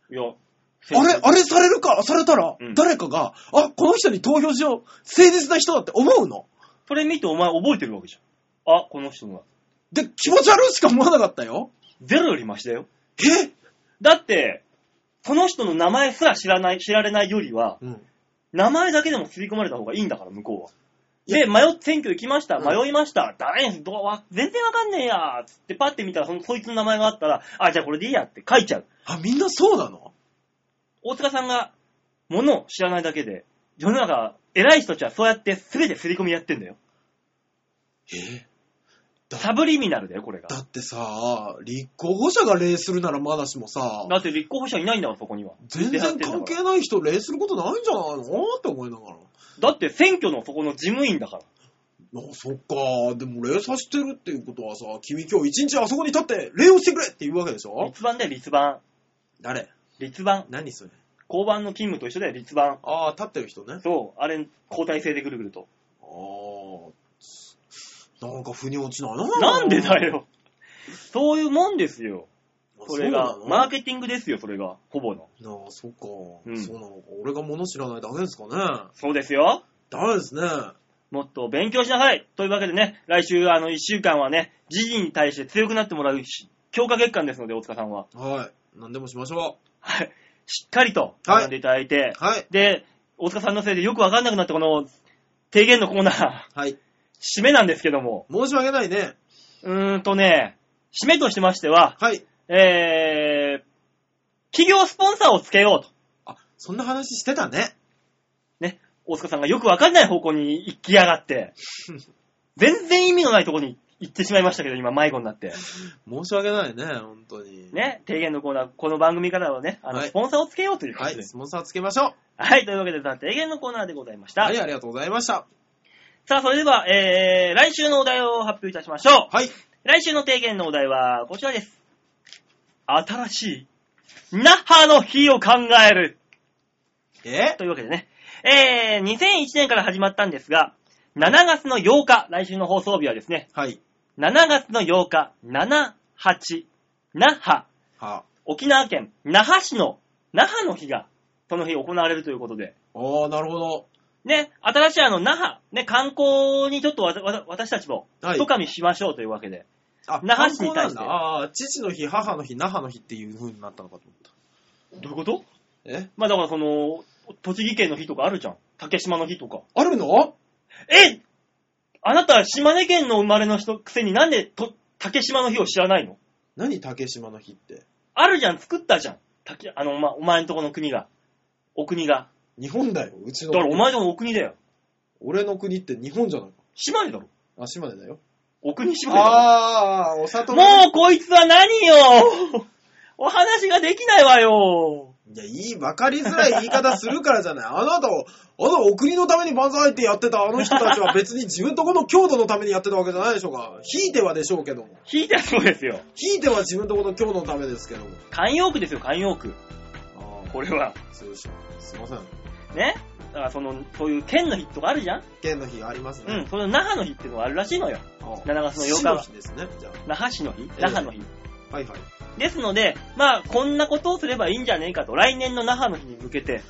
B: や、
C: あれ、あれされるか、されたら
B: うん、
C: 誰かが、あ、この人に投票しよう。誠実な人だって思うの。
B: それ見てお前覚えてるわけじゃん。あ、この人が。
C: で、気持ち悪いしか思わなかったよ。
B: ゼロよりマシだよ。
C: え
B: だって、その人の名前すら知らない、知られないよりは、
C: うん。
B: 名前だけでも刷り込まれた方がいいんだから、向こう
C: い
B: は。
C: や
B: で、迷って、選挙行きました、
C: うん
B: 迷いました、誰に、どうわ全然わかんねえや、つってパッて見たら、その、そいつの名前があったら、あ、じゃあこれでいいやって書いちゃう。
C: あ、みんなそうなの
B: 大塚さんが、ものを知らないだけで、世の中、偉い人たちはそうやって全て刷り込みやってんだよ。
C: えだ
B: サブリミナルだよ、これが。
C: だってさ、立候補者が礼するならまだしもさ、
B: だって立候補者いないんだから、そこには。
C: 全然関係ない人礼することないんじゃないのって思いながら。
B: だって選挙のそこの事務員だから。
C: あそっか、でも礼させてるっていうことはさ、君今日一日あそこに立って礼をしてくれって言うわけでしょ
B: 立番だよ、立番。
C: 誰
B: 立番。
C: 何それ
B: 交番の勤務と一緒だよ、立番。
C: ああ、立ってる人ね。
B: そう、あれ、交代制でぐるぐると。
C: ああ、なんか腑に落ちないな。
B: なんでだよ。そういうもんですよ。
C: あ。
B: それが
C: う。な
B: マー
C: の
B: ケティングですよ、それが。ほぼの。
C: なあ、そっか、
B: うん
C: そうなのか。俺が物知らないだけですかね。
B: そうですよ。
C: ダメですね。
B: もっと勉強しなさい。というわけでね、来週、あの、一週間はね、時事に対して強くなってもらうし強化月間ですので、大塚さんは。
C: はい。何でもしましょ
B: はい。しっかりと学んでいただいて、
C: う。はい。
B: で、大塚さんのせいでよくわかんなくなったこの、提言のコーナー、
C: はい。
B: 締めなんですけども、
C: 申し訳ないね。
B: うーんとね、締めとしましては、
C: はい。
B: えー、企業スポンサーをつけようと。
C: あ、そんな話してたね。
B: ね、大塚さんがよくわかんない方向に行きやがって、全然意味のないところに行ってしまいましたけど、今迷子になって。
C: 申し訳ないね、本当に。
B: ね、提言のコーナー、この番組からはね、あの、
C: はい
B: スポンサーをつけようというこ
C: は
B: とで
C: い、
B: す。
C: スポンサーつけましょう。
B: はい、というわけで、さ提言のコーナーでございました。
C: はい、ありがとうございました。
B: さあ、それでは、えー、来週のお題を発表いたしましょう。
C: はい。
B: 来週の提言のお題はこちらです。新しい、那覇の日を考える。
C: え
B: というわけでね、えー、2001年から始まったんですが、7月の8日、来週の放送日はですね、
C: はい。
B: 7月の8日、7、8、那覇、
C: は。
B: 沖縄県那覇市の那覇の日が、その日行われるということで、
C: おー、なるほど。
B: ね、新しいあの、那覇、ね、観光にちょっとわたわた私たちも、
C: はい
B: とかみしましょうというわけで、
C: あ
B: 那覇市に対して
C: 観光なんだあー父の日、母の日、那覇の日っていう風になったのかと思った。
B: どういうこと
C: え
B: まあだからその、栃木県の日とかあるじゃん。竹島の日とか。
C: あるの
B: えあなた、島根県の生まれの人くせになんでと竹島の日を知らないの
C: 何竹島の日って。
B: あるじゃん、作ったじゃん。竹、あの、ま、お前んとこの国が。お国が。
C: 日本だよ、うち
B: だ
C: の
B: か
C: 国
B: らお前んとこのお国だよ。
C: 俺の国って日本じゃないか。
B: 島根だろ。
C: あ、島根だよ。
B: 奥にしもも
C: あー、お里の
B: うこいつは何よお話ができないわよ
C: いや、いい、わかりづらい言い方するからじゃない。 あなたを、あのお国のために万歳ってやってたあの人た ちは別に自分とこの郷土のためにやってたわけじゃないでしょうか。ひいてはでしょうけども。
B: 引いたらそうですよ。
C: ひいては自分とこの郷土のためですけども。
B: 慣用句ですよ、慣用句。
C: あー
B: これは。
C: そうでしょすいません。
B: ねだからその、そういう県の日とかあるじゃん
C: 県の日あります
B: うん、
C: ね。
B: その那覇の日っていうのがあるらしいのよ。
C: あー
B: 7月の8
C: 市
B: 日
C: の
B: は
C: 日ですね。じゃ
B: 那覇市の日那覇の日。
C: あ。はいはい。
B: ですので、まあ、こんなことをすればいいんじゃねえかと、来年の那覇の日に向けて、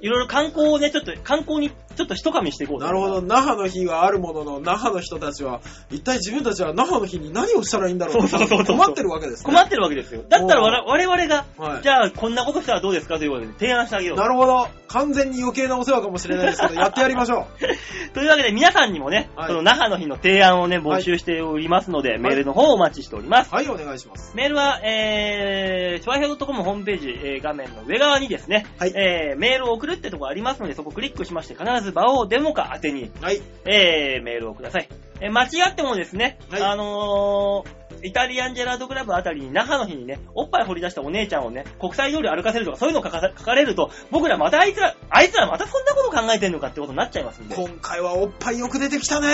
B: いろいろ観光をね、ちょっと、観光にちょっと一噛みしていこうと
C: なるほど。。那覇の日はあるものの、那覇の人たちは、一体自分たちは那覇の日に何をしたらいいんだろう
B: そうそうそうそう
C: 困ってるわけです、ね。
B: 困ってるわけですよ。だったらわら我々が、
C: はい
B: じゃあこんなことしたらどうですかということで提案してあげよう。
C: なるほど。完全に余計なお世話かもしれないですけど、やってやりましょう。
B: というわけで皆さんにもね、
C: はい
B: その那覇の日の提案をね、募集しておりますので、メールの方をお待ちしております。
C: はい、お願いします。
B: メールは、えー、ちょわひょう .com ホームページ、えー画面の上側にですね、
C: はい
B: えー、メールを送るってとこありますので、そこクリックしまして、必ず場をデモか宛てに、
C: はい。
B: えー、メールをください。えー間違ってもですね、
C: はい
B: あのー、イタリアンジェラートクラブあたりに那覇の日にね、おっぱい掘り出したお姉ちゃんをね、国際通り歩かせるとかそういうの書かさ書かれると、僕らまたあいつら、あいつらまたそんなこと考えてんのかってことになっちゃいますんで。ね、
C: 今回はおっぱいよく出てきたね。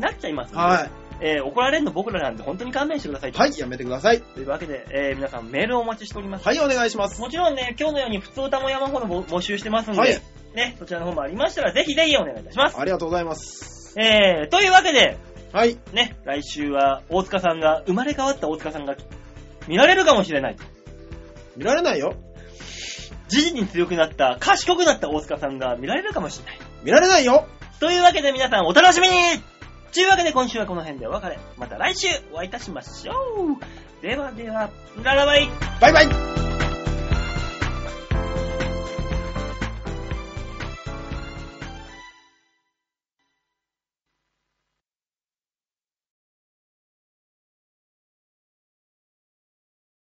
B: なっちゃいますんで、
C: は
B: えー怒られるの僕らなんで本当に勘弁してください
C: い。
B: と。
C: はい、やめてください。
B: というわけで、えー皆さんメールをお待ちしております。
C: はい、お願いします。
B: もちろんね、今日のように普通歌も山ほど募募集してますんで、
C: はい
B: ね、そちらの方もありましたら、ぜひぜひお願いいたします。
C: ありがとうございます。
B: えー、というわけで、
C: はい。
B: ね、来週は大塚さんが、生まれ変わった大塚さんが見られるかもしれない。
C: 見られないよ。
B: 時事に強くなった、賢くなった大塚さんが見られるかもしれない。
C: 見られないよ。
B: というわけで皆さんお楽しみにというわけで今週はこの辺でお別れ。また来週お会いいたしましょう。ではでは、ララバイ
C: バイバイ。